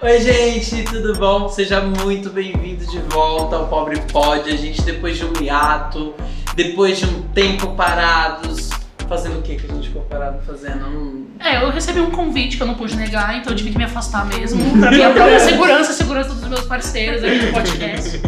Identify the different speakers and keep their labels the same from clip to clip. Speaker 1: Oi, gente, tudo bom? Seja muito bem-vindo de volta ao Pobre Pod. A gente, depois de um hiato, depois de um tempo parados, fazendo o que que a gente ficou parado fazendo? Hum,
Speaker 2: É, eu recebi um convite que eu não pude negar, então eu tive que me afastar mesmo. Pra minha própria segurança, e segurança dos meus parceiros aqui do podcast.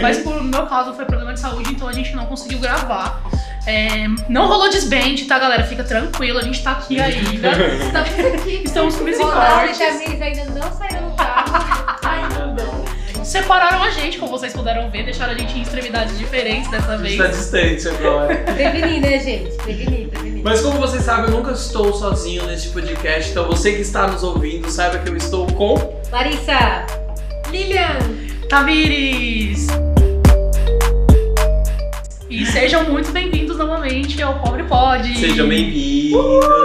Speaker 2: Mas por no meu caso foi problema de saúde, então a gente não conseguiu gravar. É, não rolou desband, tá, galera? Fica tranquilo, a gente tá aqui ainda.
Speaker 3: Estamos aqui. né?
Speaker 2: Estamos com esse
Speaker 3: Olá,
Speaker 2: corte.
Speaker 3: Vitamins ainda não saíram do carro.
Speaker 1: ainda não.
Speaker 2: Separaram a gente, como vocês puderam ver, deixaram a gente em extremidades diferentes dessa
Speaker 1: A gente
Speaker 2: vez.
Speaker 1: tá distante agora.
Speaker 3: Prevenir, né, gente? Prevenir, prevenir.
Speaker 1: Mas como vocês sabem, eu nunca estou sozinho neste podcast. Então você que está nos ouvindo, saiba que eu estou com
Speaker 3: Larissa! Lilian!
Speaker 2: Tamires! E sejam muito bem-vindos novamente ao Pobre Pod.
Speaker 1: Sejam bem-vindos.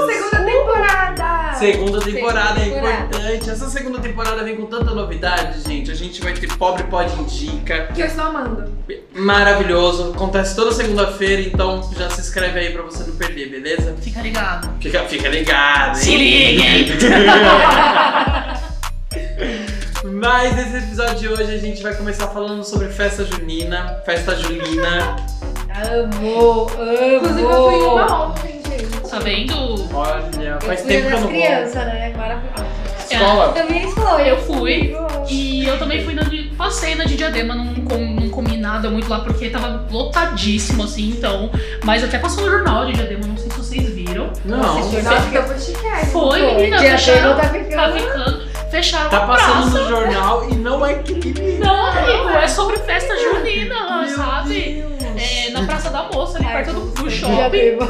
Speaker 3: Segunda temporada!
Speaker 1: Segunda temporada é
Speaker 3: Segunda temporada.
Speaker 1: importante. Essa segunda temporada vem com tanta novidade, gente. A gente vai ter Pobre Pod Indica.
Speaker 3: Que eu estou amando.
Speaker 1: Maravilhoso. Acontece toda segunda-feira, então já se inscreve aí pra você não perder, beleza?
Speaker 2: Fica ligado.
Speaker 1: Fica, fica ligado, hein?
Speaker 2: Se liguem!
Speaker 1: Mas nesse episódio de hoje a gente vai começar falando sobre festa junina, festa julina.
Speaker 3: Amo, amo.
Speaker 4: Inclusive, eu fui uma ontem, gente.
Speaker 2: Tá vendo?
Speaker 1: Olha, faz
Speaker 3: eu fui
Speaker 1: tempo que eu não
Speaker 3: das
Speaker 1: vou.
Speaker 3: crianças, né? Maravilhoso.
Speaker 1: Escola.
Speaker 3: Também foi.
Speaker 2: Eu fui. é. E eu também fui na de. Passei na de diadema, não, com- não comi nada muito lá, porque tava lotadíssimo, assim, então. Mas até passou no jornal de diadema, não sei se vocês viram.
Speaker 1: Não.
Speaker 4: Nossa, fica por chiquete.
Speaker 2: Foi, menina,
Speaker 3: Dia
Speaker 2: fecharam.
Speaker 3: cheio tá
Speaker 2: Tá
Speaker 3: ficando.
Speaker 2: ficando. Fecharam
Speaker 1: Tá
Speaker 2: a
Speaker 1: passando
Speaker 2: praça.
Speaker 1: no jornal e não é crime.
Speaker 2: Não, amigo, é sobre festa junina,
Speaker 1: Meu
Speaker 2: sabe?
Speaker 1: Deus.
Speaker 2: É, na Praça da Moça, ali perto do, do
Speaker 3: Já
Speaker 2: shopping.
Speaker 3: devo.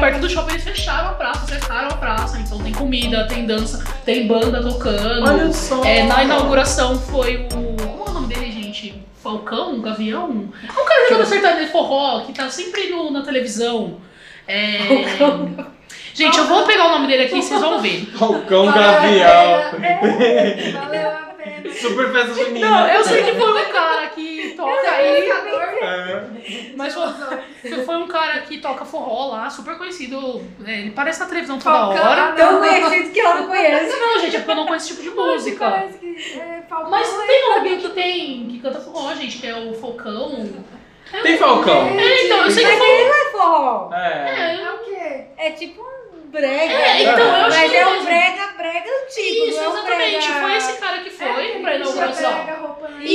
Speaker 2: Perto do shopping eles fecharam a praça, cercaram a praça. Então tem comida, tem dança, tem banda tocando.
Speaker 1: Olha só.
Speaker 2: É, na inauguração foi o. Como é o nome dele, gente? Falcão? Gavião? É um cara que joga sertanejo forró, que tá sempre no- na televisão. É... Gente, eu vou pegar o nome dele aqui e vocês vão ver.
Speaker 1: Falcão
Speaker 3: Valeu a
Speaker 1: Gavião.
Speaker 3: pena. Valeu a pena.
Speaker 1: Super festa
Speaker 2: Não,
Speaker 1: junina.
Speaker 2: eu sei que foi um cara que um toca aí,
Speaker 1: É.
Speaker 2: mas foi, foi um cara que toca forró lá, super conhecido. É, ele parece na televisão toda hora.
Speaker 3: Tão conhecido que eu não conheço.
Speaker 2: Não, gente, é porque eu não conheço esse tipo de música.
Speaker 4: Parece que é Falcão.
Speaker 2: Mas tem alguém que tem, que canta forró, gente, que é o Falcão.
Speaker 1: Tem Falcão.
Speaker 2: É, então, eu sei que
Speaker 3: Mas
Speaker 2: foi.
Speaker 3: ele não é forró.
Speaker 1: É.
Speaker 2: É,
Speaker 4: É o quê?
Speaker 3: É tipo um brega.
Speaker 2: É, então, eu acho
Speaker 3: Mas
Speaker 2: que
Speaker 3: é
Speaker 2: mesmo.
Speaker 3: um brega, brega antigo.
Speaker 2: Isso,
Speaker 3: não é um
Speaker 2: exatamente.
Speaker 3: brega- É,
Speaker 2: Foi esse cara que foi pra
Speaker 3: um
Speaker 2: inauguração.
Speaker 4: Isso.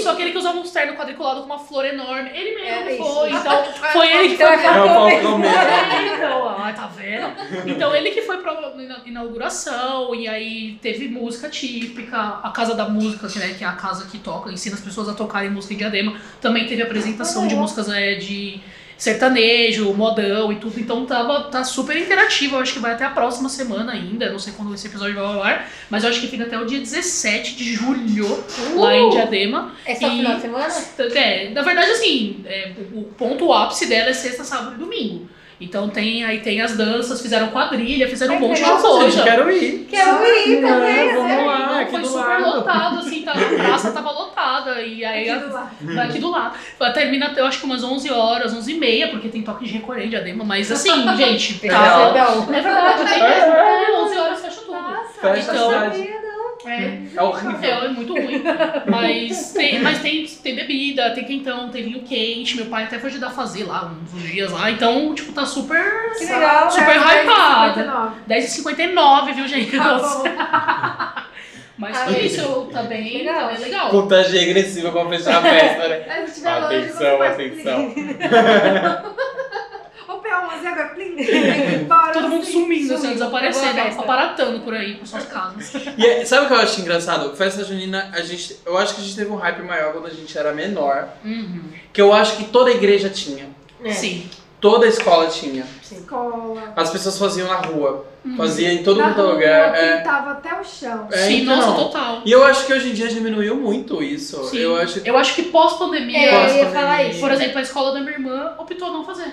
Speaker 2: Isso, aquele que usava um terno quadriculado com uma flor enorme. Ele mesmo
Speaker 3: É isso.
Speaker 2: foi. Então, foi ele que
Speaker 3: Então
Speaker 2: foi.
Speaker 3: é
Speaker 1: É o
Speaker 3: Falcão
Speaker 1: Falcão mesmo.
Speaker 2: É, então, ah, tá vendo? Então, ele que foi pra ina- inauguração, e aí teve música típica, a Casa da Música, que, né, que é a casa que toca, ensina as pessoas a tocarem música em diadema. Também teve apresentação de músicas é, de sertanejo, modão e tudo. Então, tava, tá super interativo. Eu acho que vai até a próxima semana ainda. Eu Não sei quando esse episódio vai ao ar, mas eu acho que fica até o dia 17 de julho, lá em Diadema.
Speaker 3: É só
Speaker 2: E-
Speaker 3: final de semana?
Speaker 2: É, na verdade, assim, é, o o ponto o ápice dela é sexta, sábado e domingo. Então tem aí tem as danças, fizeram quadrilha, fizeram um
Speaker 4: Ai,
Speaker 2: monte de
Speaker 4: nossa,
Speaker 1: Gente,
Speaker 2: coisa.
Speaker 1: quero ir.
Speaker 3: Que é o Guri também.
Speaker 1: É, vamos lá,
Speaker 2: Não,
Speaker 1: aqui
Speaker 2: foi
Speaker 1: do
Speaker 2: super
Speaker 1: lado.
Speaker 2: lotado, assim, tá, a praça tava lotada. E aí a- vai aqui do lado. Vai terminar até eu acho que umas 11 horas, 11 e meia, porque tem toque de recorrer em diadema, mas assim, gente, tá.
Speaker 3: Não.
Speaker 2: É verdade, tem mesmo. É, 11 horas fecha tudo.
Speaker 1: Fecha
Speaker 2: Então-
Speaker 1: a cidade.
Speaker 2: É,
Speaker 1: É horrível.
Speaker 2: É, é muito ruim. Mas tem, mas tem, tem bebida, tem quentão, tem vinho quente. Meu pai até foi ajudar a fazer lá uns, uns dias lá. Então, tipo, tá super.
Speaker 3: Que legal.
Speaker 2: Super hypado.
Speaker 4: 59.
Speaker 2: 10h59, viu, gente?
Speaker 4: Tá
Speaker 2: Nossa.
Speaker 4: bom.
Speaker 2: Mas
Speaker 3: Ah,
Speaker 2: foi
Speaker 3: gente.
Speaker 2: isso, tá bem, tá
Speaker 3: Legal.
Speaker 2: bem legal.
Speaker 1: Contagem agressiva pra fechar a festa, né?
Speaker 4: A gente vai longe,
Speaker 1: Atenção,
Speaker 4: você faz
Speaker 1: atenção.
Speaker 4: plim. Ô, P11, e um agora, plim. Tem que ir embora,
Speaker 2: Todo mundo
Speaker 4: assim.
Speaker 2: sumindo, assim,
Speaker 4: Sumindo.
Speaker 2: desaparecendo,
Speaker 3: é
Speaker 4: Acabou a festa.
Speaker 2: aparatando por aí, por suas casas.
Speaker 1: E é- sabe o que eu acho engraçado? Festa junina, a gente, eu acho que a gente teve um hype maior quando a gente era menor.
Speaker 2: Uhum.
Speaker 1: Que eu acho que toda igreja tinha.
Speaker 3: É.
Speaker 2: Sim.
Speaker 1: Toda escola tinha.
Speaker 4: Escola.
Speaker 1: As pessoas faziam na rua.
Speaker 2: Uhum.
Speaker 1: Faziam em todo
Speaker 4: Na
Speaker 1: quanto é
Speaker 4: rua,
Speaker 1: lugar. É.
Speaker 4: Pintava até o chão.
Speaker 1: É,
Speaker 2: Sim,
Speaker 1: então.
Speaker 2: nossa, total.
Speaker 1: E eu acho que hoje em dia diminuiu muito isso.
Speaker 2: Sim.
Speaker 1: Eu acho que.
Speaker 2: Eu acho que pós-pandemia.
Speaker 3: É, eu ia
Speaker 1: Gosto
Speaker 3: falar
Speaker 1: também.
Speaker 3: isso.
Speaker 2: Por exemplo, a escola da minha irmã optou não fazer.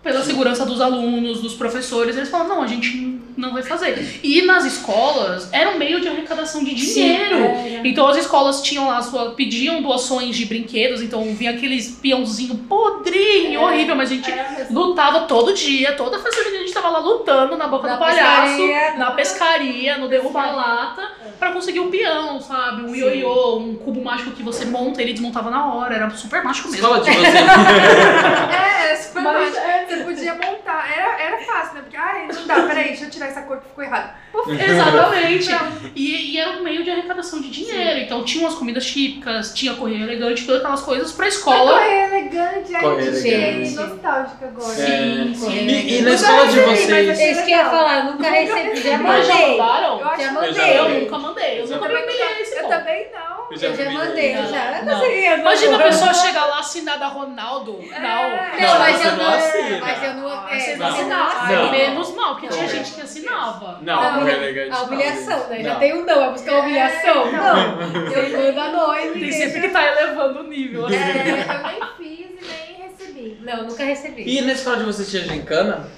Speaker 2: Pela segurança dos alunos, dos professores, eles falaram, não, a gente não vai fazer. E nas escolas, era um meio de arrecadação de dinheiro.
Speaker 4: É,
Speaker 2: Então as escolas tinham lá, sua, pediam doações de brinquedos, então vinha aqueles peãozinho podrinho,
Speaker 3: É,
Speaker 2: horrível, mas a gente lutava todo dia, toda festa junina a gente tava lá lutando na boca
Speaker 3: Na
Speaker 2: do palhaço,
Speaker 4: é
Speaker 3: pescaria, É.
Speaker 2: na padaria, no derruba a lata, pra conseguir um peão, sabe? Um
Speaker 3: Sim.
Speaker 2: ioiô, um cubo mágico que você monta, ele desmontava na hora, era super mágico mesmo.
Speaker 1: Escola de vocês.
Speaker 4: É, é super
Speaker 2: Mas- é
Speaker 4: mágico. Você podia montar. Era, era fácil, né? Porque, ai, não dá, peraí, deixa eu tirar essa cor que ficou errada.
Speaker 2: Exatamente. E, e era um meio de arrecadação de dinheiro. Então tinha umas comidas típicas, tinha correio elegante, todas aquelas coisas pra escola.
Speaker 4: Correr elegante, ai,
Speaker 1: Correr
Speaker 4: gente,
Speaker 3: elegante.
Speaker 4: nostálgica agora.
Speaker 1: É.
Speaker 3: Sim.
Speaker 1: E, e na
Speaker 4: Mas
Speaker 1: escola
Speaker 4: eu
Speaker 1: de
Speaker 4: recebi, mas
Speaker 1: vocês.
Speaker 4: achei-
Speaker 3: Isso que eu ia falar, nunca recebi, já
Speaker 2: Mas já
Speaker 3: mandei.
Speaker 2: mandaram?
Speaker 4: Eu acho
Speaker 3: Já
Speaker 4: que
Speaker 3: mandei.
Speaker 1: Eu já
Speaker 2: Eu
Speaker 1: mandei.
Speaker 2: nunca mandei, eu
Speaker 1: Eu
Speaker 2: nunca me
Speaker 4: também
Speaker 2: humilhei nesse
Speaker 4: Eu
Speaker 2: ponto.
Speaker 4: também não.
Speaker 3: Eu já mandei,
Speaker 2: Não,
Speaker 3: já. Eu
Speaker 2: não.
Speaker 3: não conseguia. não.
Speaker 2: Imagina a pessoa chegar lá assinada Ronaldo.
Speaker 4: É.
Speaker 2: Não.
Speaker 3: Não, mas
Speaker 1: Você
Speaker 3: eu
Speaker 1: não
Speaker 3: não.
Speaker 1: assina.
Speaker 3: Mas eu não.
Speaker 4: Você
Speaker 3: É,
Speaker 1: não
Speaker 3: você
Speaker 2: assina.
Speaker 3: não
Speaker 2: Ai,
Speaker 1: Não.
Speaker 3: assina.
Speaker 2: Menos mal, porque tinha
Speaker 1: Não.
Speaker 2: gente que assinava.
Speaker 1: Não,
Speaker 3: Não,
Speaker 1: não é elegante.
Speaker 3: A
Speaker 1: não,
Speaker 3: humilhação, né? Já
Speaker 1: não.
Speaker 3: tem um não, vai buscar
Speaker 4: É.
Speaker 3: a humilhação. Não. Eu mando a noite.
Speaker 2: Tem sempre que tá elevando o nível. assim.
Speaker 4: É, eu nem fiz e nem recebi.
Speaker 3: Não, nunca recebi.
Speaker 1: E na escola de vocês tinha gincana?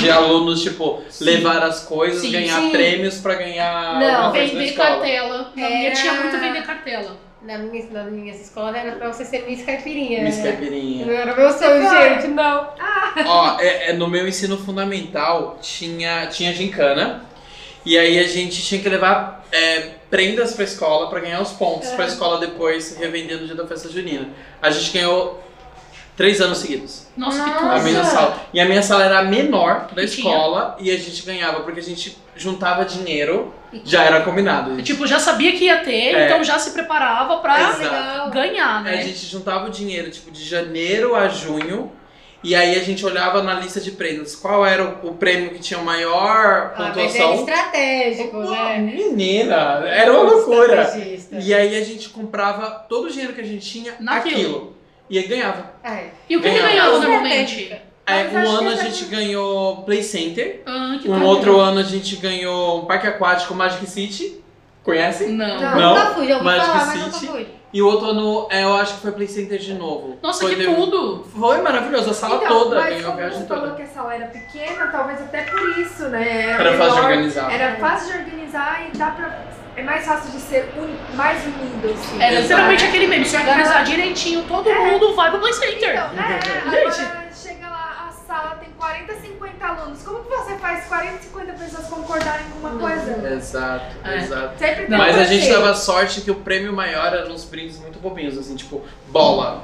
Speaker 1: De alunos, tipo, levar as coisas,
Speaker 2: Sim.
Speaker 1: ganhar
Speaker 3: Sim.
Speaker 1: prêmios pra ganhar.
Speaker 3: Não,
Speaker 1: alguma coisa na
Speaker 2: Vender
Speaker 1: escola.
Speaker 2: cartela. Na minha
Speaker 3: Era-
Speaker 2: tinha muito vender cartela.
Speaker 3: Na minha, na minha escola era pra você ser Miss Caipirinha.
Speaker 1: Miss
Speaker 3: né?
Speaker 1: Caipirinha.
Speaker 3: Não era meu sonho,
Speaker 4: Foi.
Speaker 3: gente, não.
Speaker 1: Ó, é, é, no meu ensino fundamental tinha, tinha gincana. E aí a gente tinha que levar é, prendas pra escola pra ganhar os pontos. Pra escola depois revender no dia da festa junina. A gente ganhou três anos seguidos.
Speaker 2: Nossa, que
Speaker 1: A
Speaker 3: Nossa.
Speaker 1: minha
Speaker 2: coisa.
Speaker 1: sala. E a minha sala era a menor da
Speaker 2: é. E tinha.
Speaker 1: escola e a gente ganhava, porque a gente juntava dinheiro,
Speaker 3: E
Speaker 1: já era combinado.
Speaker 2: Eu, Tipo, já sabia que ia ter,
Speaker 1: É.
Speaker 2: então já se preparava pra
Speaker 1: Exato.
Speaker 3: Legal.
Speaker 2: ganhar,
Speaker 1: A
Speaker 2: né?
Speaker 1: gente juntava o dinheiro, tipo, de janeiro a junho. E aí a gente olhava na lista de prêmios qual era o o prêmio que tinha maior
Speaker 3: Ah, mas era
Speaker 1: pontuação.
Speaker 3: estratégico, né?
Speaker 1: Menina, era uma loucura.
Speaker 3: Estrategista.
Speaker 1: E aí a gente comprava todo o dinheiro que a gente tinha
Speaker 2: Naquilo.
Speaker 1: aquilo. E aí ganhava.
Speaker 3: É.
Speaker 2: E o que ele
Speaker 1: Ganhava.
Speaker 2: ganhava normalmente?
Speaker 1: É,
Speaker 4: Mas
Speaker 1: um
Speaker 4: acho que
Speaker 1: ano a
Speaker 4: essa-
Speaker 1: gente ganhou Play Center.
Speaker 2: Ah, que
Speaker 1: Um
Speaker 2: tá
Speaker 1: outro ano a gente ganhou um parque aquático Magic City. Conhece?
Speaker 2: vendo? Não.
Speaker 4: Não.
Speaker 1: Não,
Speaker 3: nunca fui, já ouvi
Speaker 1: Magic
Speaker 3: falar, mas nunca
Speaker 1: City.
Speaker 3: fui.
Speaker 1: E o outro ano, é, eu acho que foi Play Center de novo.
Speaker 2: Nossa,
Speaker 1: foi
Speaker 2: que
Speaker 1: de-
Speaker 2: tudo!
Speaker 1: Foi maravilhoso, a sala
Speaker 4: então,
Speaker 1: toda,
Speaker 4: mas
Speaker 1: ganhou a
Speaker 4: como
Speaker 1: viagem
Speaker 4: você falou
Speaker 1: toda.
Speaker 4: que a sala era pequena, talvez até por isso, né?
Speaker 1: Era fácil de
Speaker 4: menor,
Speaker 1: organizar.
Speaker 4: Era fácil de organizar e dá pra. É mais fácil de ser un- mais unido, assim.
Speaker 2: É
Speaker 1: Exato.
Speaker 2: literalmente aquele meme, se organizar direitinho, todo mundo vai pro Play Center.
Speaker 4: É. Então, né?
Speaker 1: Gente.
Speaker 4: Agora chega lá, a sala tem 40, 50 alunos. Como que você faz 40, 50 pessoas concordarem com uma coisa?
Speaker 1: Exato,
Speaker 2: É.
Speaker 1: exato.
Speaker 4: Sempre tem
Speaker 2: Não,
Speaker 1: Mas
Speaker 4: um
Speaker 1: a gente
Speaker 4: conselho.
Speaker 1: dava sorte que o prêmio maior era uns brindes muito bobinhos, assim, tipo, bola.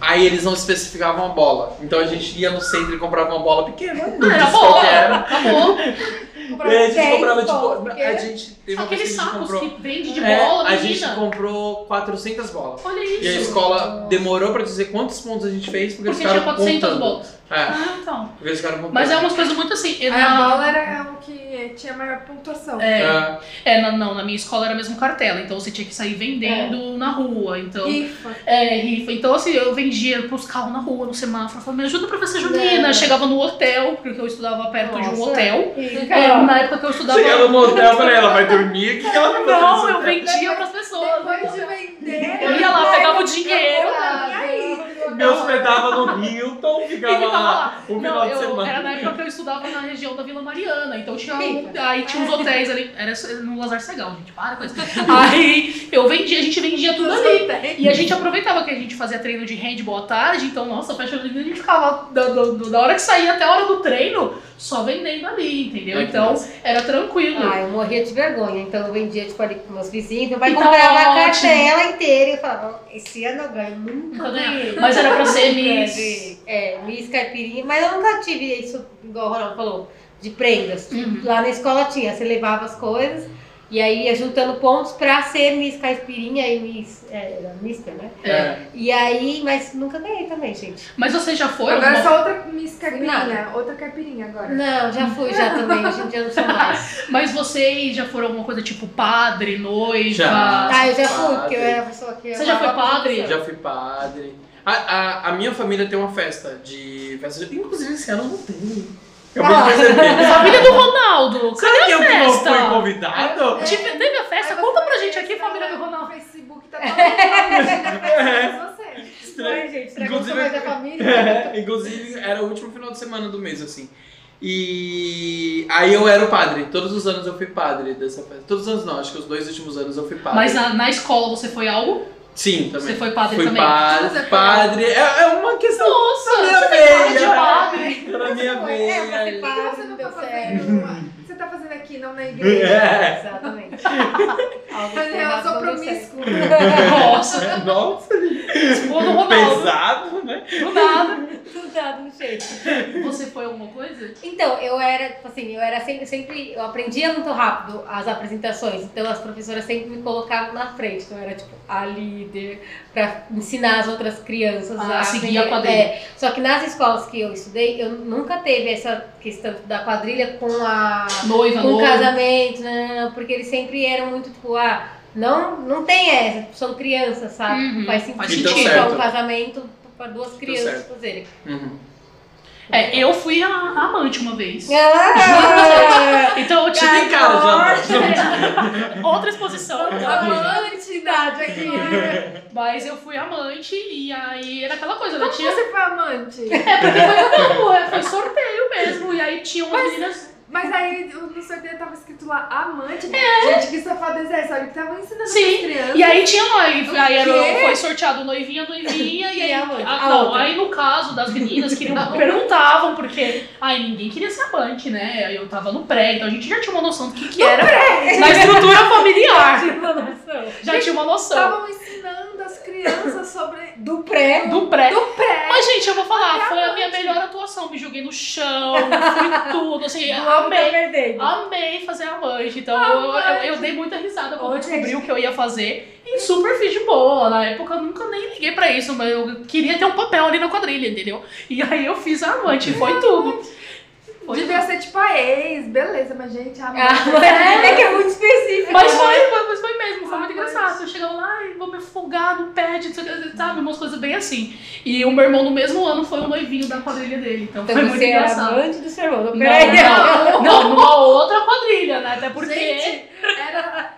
Speaker 1: Aí eles não especificavam a bola. Então a gente ia no centro e comprava uma bola pequena. Não
Speaker 4: é.
Speaker 2: Era
Speaker 1: disse
Speaker 2: bola,
Speaker 1: qual que era.
Speaker 2: acabou.
Speaker 1: E aí É, a gente
Speaker 3: Dez
Speaker 1: comprava,
Speaker 3: bolas,
Speaker 1: tipo,
Speaker 3: porque
Speaker 1: a gente teve uma vez
Speaker 2: Aqueles
Speaker 1: que a gente
Speaker 2: sacos
Speaker 1: comprou.
Speaker 2: que vende de
Speaker 1: É,
Speaker 2: bola,
Speaker 1: a
Speaker 2: menina.
Speaker 1: gente comprou 400 bolas. E
Speaker 2: Olha
Speaker 1: a
Speaker 2: isso.
Speaker 1: escola demorou pra dizer quantos pontos a gente fez, porque,
Speaker 2: Porque
Speaker 1: eles
Speaker 2: tinha
Speaker 1: ficaram
Speaker 2: 400
Speaker 1: contando.
Speaker 2: bolas.
Speaker 1: É,
Speaker 2: Ah, então.
Speaker 1: porque eles ficaram contando.
Speaker 2: Mas é umas coisas muito assim. é
Speaker 4: A
Speaker 2: na-
Speaker 4: bola era o que tinha maior pontuação.
Speaker 2: É,
Speaker 1: É.
Speaker 2: é, na- não, na minha escola era mesmo cartela, então você tinha que sair
Speaker 4: É.
Speaker 2: vendendo na rua, então...
Speaker 4: Rifa.
Speaker 2: É, rifa. Então, assim, eu vendia pros carros na rua, no semáforo, falava, me ajuda pra festa junina.
Speaker 3: Não.
Speaker 2: Chegava no hotel, porque eu estudava perto de um
Speaker 3: Nossa.
Speaker 2: hotel.
Speaker 3: Fica,
Speaker 2: É,
Speaker 3: ó.
Speaker 2: na época que eu estudava...
Speaker 1: Chegando no hotel, eu falei, ela vai dormir? O que, que ela tá vai fazer
Speaker 2: Não,
Speaker 1: nesse
Speaker 2: eu
Speaker 1: hotel?
Speaker 2: vendia pras pessoas.
Speaker 4: Depois de vender.
Speaker 2: Eu ia lá, pegava o dinheiro
Speaker 4: Ah, e aí?
Speaker 1: Me hospedava no Hilton,
Speaker 2: e ficava
Speaker 1: ficava lá
Speaker 2: lá.
Speaker 1: um final
Speaker 2: Não,
Speaker 1: de
Speaker 2: eu,
Speaker 1: semana.
Speaker 2: era na época que eu estudava na região da Vila Mariana, então tinha um,
Speaker 3: Fica. É.
Speaker 2: aí tinha uns hotéis ali, era no Lazar Segal, gente, para com isso. Aí eu vendia, a gente vendia tudo ali. E a gente aproveitava que a gente fazia treino de handball à tarde, então, nossa, festa junina a gente ficava da, da, da hora que saía até a hora do treino, só vendendo ali, entendeu?
Speaker 1: Ai, que
Speaker 2: então,
Speaker 1: massa.
Speaker 2: era tranquilo.
Speaker 3: Ah, eu morria de vergonha, então eu vendia tipo ali com meus vizinhos, meu pai
Speaker 2: Então,
Speaker 3: comprava a
Speaker 2: ótimo.
Speaker 3: cartela inteira e eu falava, esse ano eu ganho, nunca
Speaker 2: Nunca ganhava.
Speaker 3: ganhei.
Speaker 2: Mas era pra ser
Speaker 3: Nunca
Speaker 2: Miss.
Speaker 3: ganhei. É, Miss Caipirinha, mas eu nunca tive isso, igual o Ronaldo falou, de prendas.
Speaker 2: Uhum.
Speaker 3: Lá na escola tinha, você levava as coisas e aí ia juntando pontos pra ser Miss Caipirinha e Miss, é, era Mister, né?
Speaker 1: É.
Speaker 3: E aí, mas nunca ganhei também, gente.
Speaker 2: Mas você já foi?
Speaker 4: Agora
Speaker 2: alguma-
Speaker 4: só outra Miss
Speaker 3: Nada.
Speaker 4: Caipirinha. Outra caipirinha agora.
Speaker 3: Não, já fui já também, hoje em dia eu não sou mais.
Speaker 2: Mas vocês já foram alguma coisa tipo padre, noiva?
Speaker 1: Já.
Speaker 3: Ah, eu já fui, porque eu era a pessoa que...
Speaker 2: Você já foi
Speaker 3: amava
Speaker 2: padre?
Speaker 3: professor.
Speaker 1: Já fui padre. A, a, a minha família tem uma festa de festa de... Inclusive, esse ano não tem. Acabei
Speaker 3: Ah.
Speaker 1: de perceber.
Speaker 2: Família do Ronaldo!
Speaker 1: Será que eu que não
Speaker 2: festa? É.
Speaker 1: fui convidado?
Speaker 2: Tive- teve a festa? Conta pra gente aqui, família do
Speaker 4: No
Speaker 2: Ronaldo.
Speaker 4: Facebook tá todo mundo falando, é mas você.
Speaker 1: Estranho.
Speaker 3: Ai, gente, será que eu
Speaker 1: Inclusive-
Speaker 3: sou mais da família?
Speaker 1: É, inclusive, era o último final de semana do mês, assim. E aí eu era o padre. Todos os anos eu fui padre dessa festa. Todos os anos não, acho que os dois últimos anos eu fui padre.
Speaker 2: Mas na, na escola você foi algo?
Speaker 1: Sim, também.
Speaker 2: Você foi padre
Speaker 1: Fui
Speaker 2: também?
Speaker 4: Você
Speaker 1: padre,
Speaker 4: foi
Speaker 1: padre. É, é uma questão
Speaker 2: Nossa!
Speaker 1: na minha
Speaker 2: Você tem
Speaker 1: veia.
Speaker 2: cara de padre!
Speaker 1: Tá na minha
Speaker 3: É, eu
Speaker 1: veia.
Speaker 3: fui
Speaker 1: ali.
Speaker 4: Por que
Speaker 3: padre,
Speaker 4: você não
Speaker 3: Então, deu
Speaker 4: tá
Speaker 3: certo.
Speaker 4: fazendo uma- Você tá fazendo aqui aqui, não na igreja.
Speaker 1: É.
Speaker 3: Exatamente.
Speaker 4: Mas ela só promíscua.
Speaker 2: Nossa,
Speaker 1: Nossa,
Speaker 2: esposa do Ronaldo.
Speaker 1: pesado, né?
Speaker 2: Do nada.
Speaker 3: Tudo dado no jeito.
Speaker 2: Você foi alguma coisa?
Speaker 3: Então, eu era, tipo assim, eu era sempre, sempre, eu aprendia muito rápido as apresentações, então as professoras sempre me colocavam na frente, então eu era, tipo, a líder, pra ensinar as outras crianças
Speaker 2: Ah, seguir
Speaker 3: aprender.
Speaker 2: a quadrilha.
Speaker 3: É, só que nas escolas que eu estudei, eu nunca teve essa questão da quadrilha com a...
Speaker 2: Noiva,
Speaker 3: com
Speaker 2: noiva.
Speaker 3: casamento, né, porque eles sempre eram muito, tipo, ah, não, não tem essa, são crianças, sabe?
Speaker 2: Uhum,
Speaker 3: Faz sentido,
Speaker 2: faz
Speaker 1: Então,
Speaker 2: sentido.
Speaker 3: pra
Speaker 1: certo.
Speaker 3: um casamento pra duas crianças
Speaker 1: certo.
Speaker 3: fazerem.
Speaker 1: Uhum.
Speaker 2: É, eu fui a, a amante uma vez.
Speaker 3: Ah!
Speaker 2: Então eu
Speaker 1: Você tem
Speaker 2: tive
Speaker 1: cara de amante.
Speaker 2: outra exposição. então.
Speaker 4: Amante aqui.
Speaker 3: né?
Speaker 4: Como
Speaker 2: Mas eu fui amante e aí era aquela coisa, né?
Speaker 4: que
Speaker 2: Tinha...
Speaker 4: você foi amante?
Speaker 2: É, porque foi, não, é, foi sorteio mesmo. E aí tinha umas meninas.
Speaker 4: Mas aí no sorteio tava escrito lá amante. Gente, que safadeza é, sabe? Que tava ensinando
Speaker 2: Sim,
Speaker 4: as crianças.
Speaker 2: E aí tinha aí,
Speaker 4: O
Speaker 2: aí era,
Speaker 4: quê?
Speaker 2: foi sorteado noivinha, noivinha, e
Speaker 3: E
Speaker 2: aí.
Speaker 3: tipo, a outra?
Speaker 2: ah,
Speaker 3: A
Speaker 2: não,
Speaker 3: outra.
Speaker 2: aí no caso das meninas queriam, perguntavam, porque aí ninguém queria ser amante, né? Aí Eu tava no pré, então a gente já tinha uma noção do que, que era na estrutura familiar. Já tinha uma noção.
Speaker 4: Estavam ensinando as crianças sobre
Speaker 3: Do pré.
Speaker 2: Do pré.
Speaker 4: do pré.
Speaker 2: Mas, gente, eu vou falar, foi a minha melhor atuação. Me joguei no chão, fui tudo, assim, amei. Ah, Amei fazer amante. Então, eu, eu- eu dei muita risada quando eu
Speaker 4: Ô,
Speaker 2: descobri o que eu ia fazer. E super fiz de boa. Na época, eu nunca nem liguei pra isso, mas eu queria ter um papel ali na quadrilha, entendeu? E aí, eu fiz a amante, foi tudo. Foi
Speaker 4: Devia
Speaker 2: tudo.
Speaker 4: ser tipo a ex, beleza, mas gente, a mãe.
Speaker 3: Ah, mas é que é muito específico.
Speaker 2: Mas foi, foi, mas foi mesmo, foi muito
Speaker 4: Ah, mas-
Speaker 2: engraçado. Eu chegava lá e vou me afogar no pad, não sei o que, sabe? Umas coisas bem assim. E o meu irmão, no mesmo ano, foi o noivinho da quadrilha dele. Então,
Speaker 3: Então
Speaker 2: foi muito
Speaker 3: você era
Speaker 2: engraçado.
Speaker 3: amante do seu irmão. Não, peraí.
Speaker 2: Não, não, não, numa outra quadrilha, né? Até porque.
Speaker 4: Gente, era...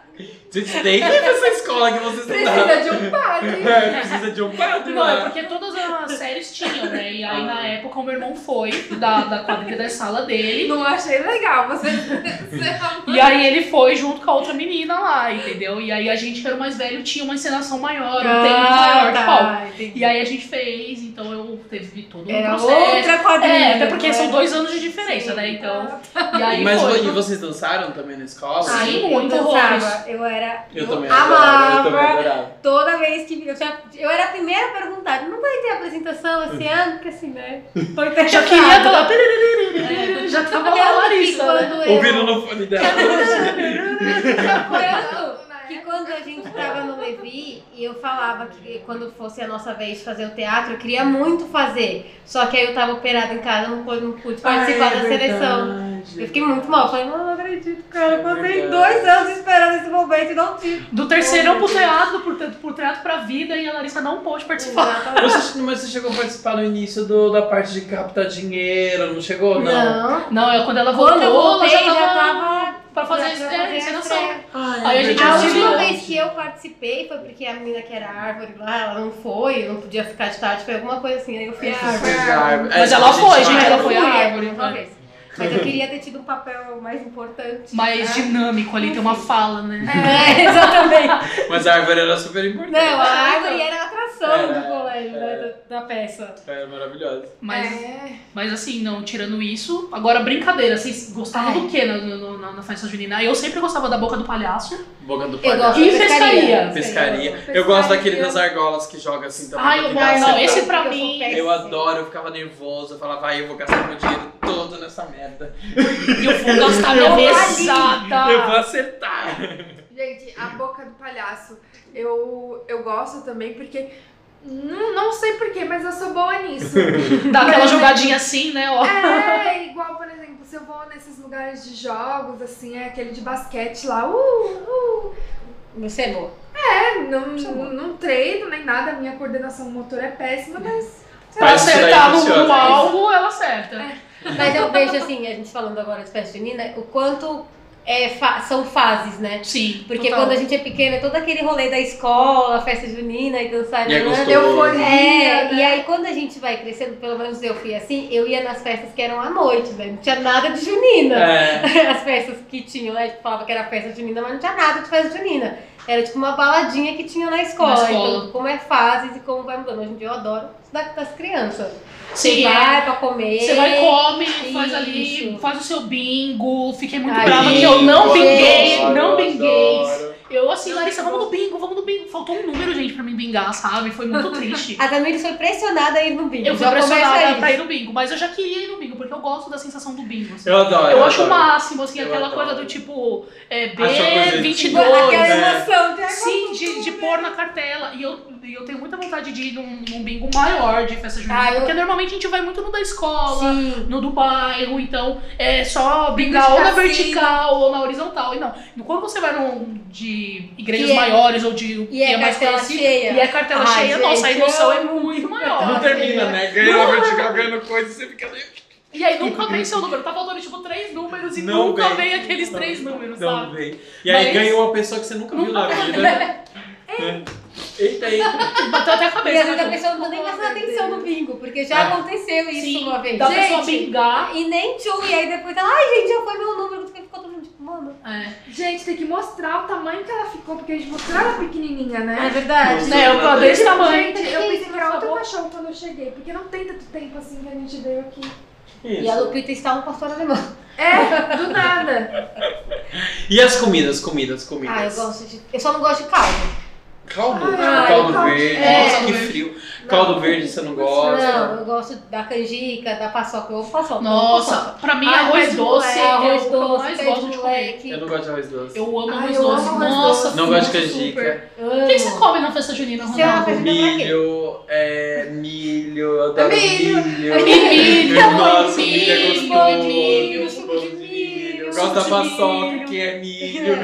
Speaker 1: Gente, tem que ir pra essa escola que você estudava.
Speaker 4: precisa de um padre.
Speaker 1: É, precisa de um padre
Speaker 2: não, é
Speaker 1: lá.
Speaker 2: porque todas as séries tinham, né? E aí
Speaker 1: Ah.
Speaker 2: na época o meu irmão foi da, da quadrilha da sala dele.
Speaker 4: Não achei legal você ser amante.
Speaker 2: E aí ele foi junto com a outra menina lá, entendeu? E aí a gente que era o mais velho tinha uma encenação maior, um tempo maior
Speaker 3: É,
Speaker 2: de palco. E aí a gente fez, então eu teve todo um
Speaker 3: Era
Speaker 2: processo.
Speaker 3: outra quadrilha. então.
Speaker 2: É, até porque
Speaker 3: não
Speaker 2: são
Speaker 3: era?
Speaker 2: dois anos de diferença, né? Então. E aí
Speaker 1: Mas
Speaker 2: foi.
Speaker 1: e vocês dançaram também na escola?
Speaker 2: Ai,
Speaker 3: Sim,
Speaker 2: muito
Speaker 3: Ah, eu
Speaker 2: horrores.
Speaker 3: dançava. Eu era.
Speaker 1: Eu também adorava, eu
Speaker 3: amava.
Speaker 1: também adorava.
Speaker 3: Toda vez que eu tinha. Eu era a primeira a perguntar. Não vai ter apresentação
Speaker 1: Uhum.
Speaker 3: esse ano? Porque assim, né? Porque
Speaker 2: Já queria estar lá. Tá. Já tava lá a Larissa. né?
Speaker 3: Quando eu-
Speaker 1: Ouvindo no fone dela.
Speaker 3: Tanto
Speaker 4: né?
Speaker 3: que quando a gente tava no Levi, eu falava que quando fosse a nossa vez de fazer o teatro, eu queria muito fazer. Só que aí eu tava operada em casa, não pude, não pude participar
Speaker 1: é
Speaker 3: da seleção. Eu fiquei muito mal, falei, não, não acredito, cara, eu passei
Speaker 1: Verdade.
Speaker 3: dois anos esperando esse momento e não tive.
Speaker 2: Do terceirão pro teatro, pro, te- pro teatro pra vida, e a Larissa não pôde participar.
Speaker 3: Exatamente.
Speaker 1: Você, mas você chegou a participar no início do- da parte de captar dinheiro, não chegou? Não.
Speaker 3: Não.
Speaker 2: Não, é quando ela voltou,
Speaker 3: Quando eu voltei,
Speaker 2: ela
Speaker 3: já tava
Speaker 2: pra fazer Ah,
Speaker 3: já
Speaker 2: é,
Speaker 3: a
Speaker 2: encenação.
Speaker 3: estreia.
Speaker 1: Ai,
Speaker 2: Aí a gente
Speaker 3: A
Speaker 2: assistiu.
Speaker 3: última vez que eu participei foi porque a menina que era árvore lá, ela não foi, eu não podia ficar de tarde, foi alguma coisa assim, aí eu fui
Speaker 2: É,
Speaker 3: a árvore.
Speaker 1: É,
Speaker 2: Mas ela foi, gente,
Speaker 3: Mas
Speaker 2: ela
Speaker 3: eu
Speaker 2: foi a
Speaker 3: fui,
Speaker 2: árvore, né?
Speaker 3: uma vez. Mas eu queria ter tido um papel mais importante.
Speaker 2: Mais
Speaker 3: né?
Speaker 2: dinâmico ali, tem uma fala, né?
Speaker 3: É, exatamente.
Speaker 1: Mas a árvore era super importante.
Speaker 3: Não, a árvore era a atração
Speaker 1: É,
Speaker 3: do colégio, né,
Speaker 1: é.
Speaker 3: da, da peça.
Speaker 1: Era maravilhosa.
Speaker 2: Mas,
Speaker 4: É.
Speaker 2: mas assim, não, tirando isso, agora brincadeira, vocês gostavam do que na, no- na, na festa junina? Ah, Eu sempre gostava da boca do palhaço.
Speaker 1: Boca do
Speaker 3: Eu
Speaker 1: palhaço.
Speaker 3: gosto
Speaker 2: E
Speaker 3: da
Speaker 2: pescaria?
Speaker 3: pescaria.
Speaker 1: Pescaria. Eu gosto daquele das argolas que joga assim também.
Speaker 2: Ai,
Speaker 1: que
Speaker 2: eu
Speaker 1: dá
Speaker 2: gosto. Não,
Speaker 1: acertado.
Speaker 2: esse pra
Speaker 3: Eu
Speaker 2: mim.
Speaker 3: confesso.
Speaker 1: Eu adoro, eu ficava nervoso, eu falava, ai, eu vou gastar meu dinheiro todo nessa merda.
Speaker 2: Eu vou gastar minha
Speaker 1: Eu vou ali.
Speaker 3: Ah.
Speaker 1: Eu vou
Speaker 2: mesada.
Speaker 1: acertar.
Speaker 4: Gente, a boca do palhaço. Eu, eu gosto também porque. Não, não sei porquê, mas eu sou boa nisso.
Speaker 2: Dá aquela jogadinha assim, né? Ó.
Speaker 4: É, igual, por exemplo, se eu vou nesses lugares de jogos, assim, é aquele de basquete lá, uh, uh,
Speaker 3: Você é boa.
Speaker 4: é, não, não, não treino nem nada, a minha coordenação motor é péssima, mas
Speaker 2: Pra
Speaker 1: Mas isso daí
Speaker 2: acertar no,
Speaker 1: funciona.
Speaker 2: no um, alvo, ela acerta.
Speaker 3: Mas eu vejo assim, a gente falando agora de festa junina, o quanto é, fa- são fases, né?
Speaker 2: Sim.
Speaker 3: Porque
Speaker 2: total.
Speaker 3: quando a gente é pequena, é todo aquele rolê da escola, festa junina e dançar.
Speaker 1: E é
Speaker 3: nanana.
Speaker 1: gostoso.
Speaker 4: euforia,
Speaker 3: É,
Speaker 4: né?
Speaker 3: e aí quando a gente vai crescendo, pelo menos eu fui assim, eu ia nas festas que eram à noite, né? Não tinha nada de junina.
Speaker 1: É.
Speaker 3: As festas que tinham, né? Tipo, falava que era festa junina, mas não tinha nada de festa junina. Era tipo uma baladinha que tinha na escola.
Speaker 2: Na escola.
Speaker 3: Então, como é fases e como vai mudando. Hoje em dia eu adoro. da- das crianças.
Speaker 2: Sim,
Speaker 3: Você
Speaker 2: é.
Speaker 3: vai pra comer.
Speaker 2: Você vai, come, faz
Speaker 3: É, Isso.
Speaker 2: ali, faz o seu bingo. Fiquei muito
Speaker 3: Ai,
Speaker 2: brava
Speaker 3: bingo,
Speaker 2: que eu não
Speaker 3: gente.
Speaker 2: binguei, não binguei.
Speaker 1: binguei.
Speaker 2: Eu assim,
Speaker 4: Eu
Speaker 2: Larissa,
Speaker 4: bingo.
Speaker 2: vamos no bingo, vamos no bingo. Faltou um número, gente, pra mim bingar, sabe? Foi muito triste.
Speaker 3: A Damiris foi pressionada a ir no bingo.
Speaker 2: Eu fui
Speaker 3: já começa
Speaker 2: pressionada
Speaker 3: aí.
Speaker 2: pra ir no bingo, mas eu já queria ir no bingo, porque eu gosto da sensação do bingo. assim.
Speaker 1: Eu adoro.
Speaker 2: Eu acho o
Speaker 1: adoro.
Speaker 2: máximo, assim,
Speaker 1: Eu
Speaker 2: aquela
Speaker 1: adoro.
Speaker 2: coisa do tipo é,
Speaker 1: coisa de-
Speaker 2: B22.
Speaker 3: Aquela
Speaker 1: né?
Speaker 3: emoção. de-
Speaker 2: Sim, de, de pôr na cartela. E eu, e eu tenho muita vontade de ir num, num bingo maior de festa junina.
Speaker 3: Ah, eu-
Speaker 2: Porque normalmente a gente vai muito no da escola,
Speaker 3: Sim.
Speaker 2: no do bairro, então é só
Speaker 3: Bingo
Speaker 2: bingar
Speaker 3: de
Speaker 2: ou na
Speaker 3: cassino.
Speaker 2: vertical ou na horizontal. E não, quando você vai num de igrejas
Speaker 3: Que é-
Speaker 2: maiores ou de
Speaker 3: E é
Speaker 2: mais
Speaker 3: cartela
Speaker 2: conhecido,
Speaker 3: cheia.
Speaker 2: e é cartela
Speaker 3: Ai,
Speaker 2: cheia, nossa, a
Speaker 3: gente,
Speaker 2: emoção é
Speaker 3: eu amo.
Speaker 2: muito
Speaker 1: Não
Speaker 2: maior.
Speaker 1: termina, né? Ganhando vertical, ganhando coisa, você fica ali.
Speaker 2: E aí nunca vem seu número, tá faltando tipo três números e
Speaker 1: Não
Speaker 2: nunca
Speaker 1: vem.
Speaker 2: vem, aqueles três números,
Speaker 1: Não
Speaker 2: sabe?
Speaker 1: vem. E aí
Speaker 2: Mas-
Speaker 1: ganha uma pessoa que você nunca viu na vida. Né? Eita aí.
Speaker 2: Bateu até a
Speaker 3: E às
Speaker 2: cabeça.
Speaker 3: vezes a
Speaker 2: né?
Speaker 3: pessoa não tá nem prestando atenção no bingo, porque já
Speaker 1: Ah.
Speaker 3: aconteceu isso
Speaker 2: Sim,
Speaker 3: uma vez.
Speaker 2: da
Speaker 3: Gente,
Speaker 2: pessoa bingar.
Speaker 3: E nem tchum, e aí depois ela, ai gente, já foi meu número, porque ficou todo mundo tipo, mano.
Speaker 2: É.
Speaker 4: Gente, tem que mostrar o tamanho que ela ficou, porque a gente mostrou ela pequenininha, né?
Speaker 3: É verdade.
Speaker 2: Né, eu tô desse tamanho.
Speaker 4: Gente, eu
Speaker 3: Que
Speaker 4: pensei
Speaker 3: isso,
Speaker 4: que era outro
Speaker 3: por favor?
Speaker 4: cachorro um quando eu cheguei, porque não tem tanto tempo assim que a gente veio aqui.
Speaker 3: E a Lupita está um pastor alemão.
Speaker 4: É, do nada.
Speaker 1: E as comidas, comidas, comidas.
Speaker 3: Ah, eu gosto de. Eu só não gosto de caldo.
Speaker 1: Caldo?
Speaker 4: Ah,
Speaker 1: caldo
Speaker 4: caldo-
Speaker 1: verde.
Speaker 2: é,
Speaker 1: Nossa,
Speaker 2: caldo
Speaker 1: que
Speaker 2: verde.
Speaker 1: frio. Caldo verde você não
Speaker 3: Não,
Speaker 1: gosta.
Speaker 3: eu gosto da canjica, da paçoca. Eu amo paçoca.
Speaker 2: Nossa, pra mim
Speaker 3: eu amo paçoca.
Speaker 2: arroz
Speaker 3: de
Speaker 2: doce
Speaker 3: moleque,
Speaker 2: é
Speaker 3: arroz
Speaker 2: o que eu
Speaker 3: doce,
Speaker 2: mais
Speaker 3: pé de
Speaker 2: gosto de comer.
Speaker 3: moleque.
Speaker 1: Eu não gosto de arroz doce.
Speaker 2: Eu amo
Speaker 4: Ai,
Speaker 2: arroz
Speaker 4: eu
Speaker 2: doce.
Speaker 4: amo arroz
Speaker 2: Nossa,
Speaker 4: doce.
Speaker 1: Não
Speaker 2: sim,
Speaker 1: gosto de
Speaker 2: super.
Speaker 1: canjica.
Speaker 2: O que você come na festa junina,
Speaker 3: Você é uma
Speaker 2: Ronaldo?
Speaker 3: festa-
Speaker 1: Milho, é, milho, eu adoro
Speaker 4: Milho.
Speaker 1: milho.
Speaker 2: Milho,
Speaker 1: Nossa,
Speaker 2: milho,
Speaker 1: milho é
Speaker 2: milho,
Speaker 1: gostoso.
Speaker 2: milho,
Speaker 3: suco de
Speaker 1: Bom
Speaker 3: milho,
Speaker 1: Eu
Speaker 2: suco
Speaker 1: gosto da
Speaker 2: de
Speaker 1: paçoca,
Speaker 2: milho.
Speaker 1: que é milho.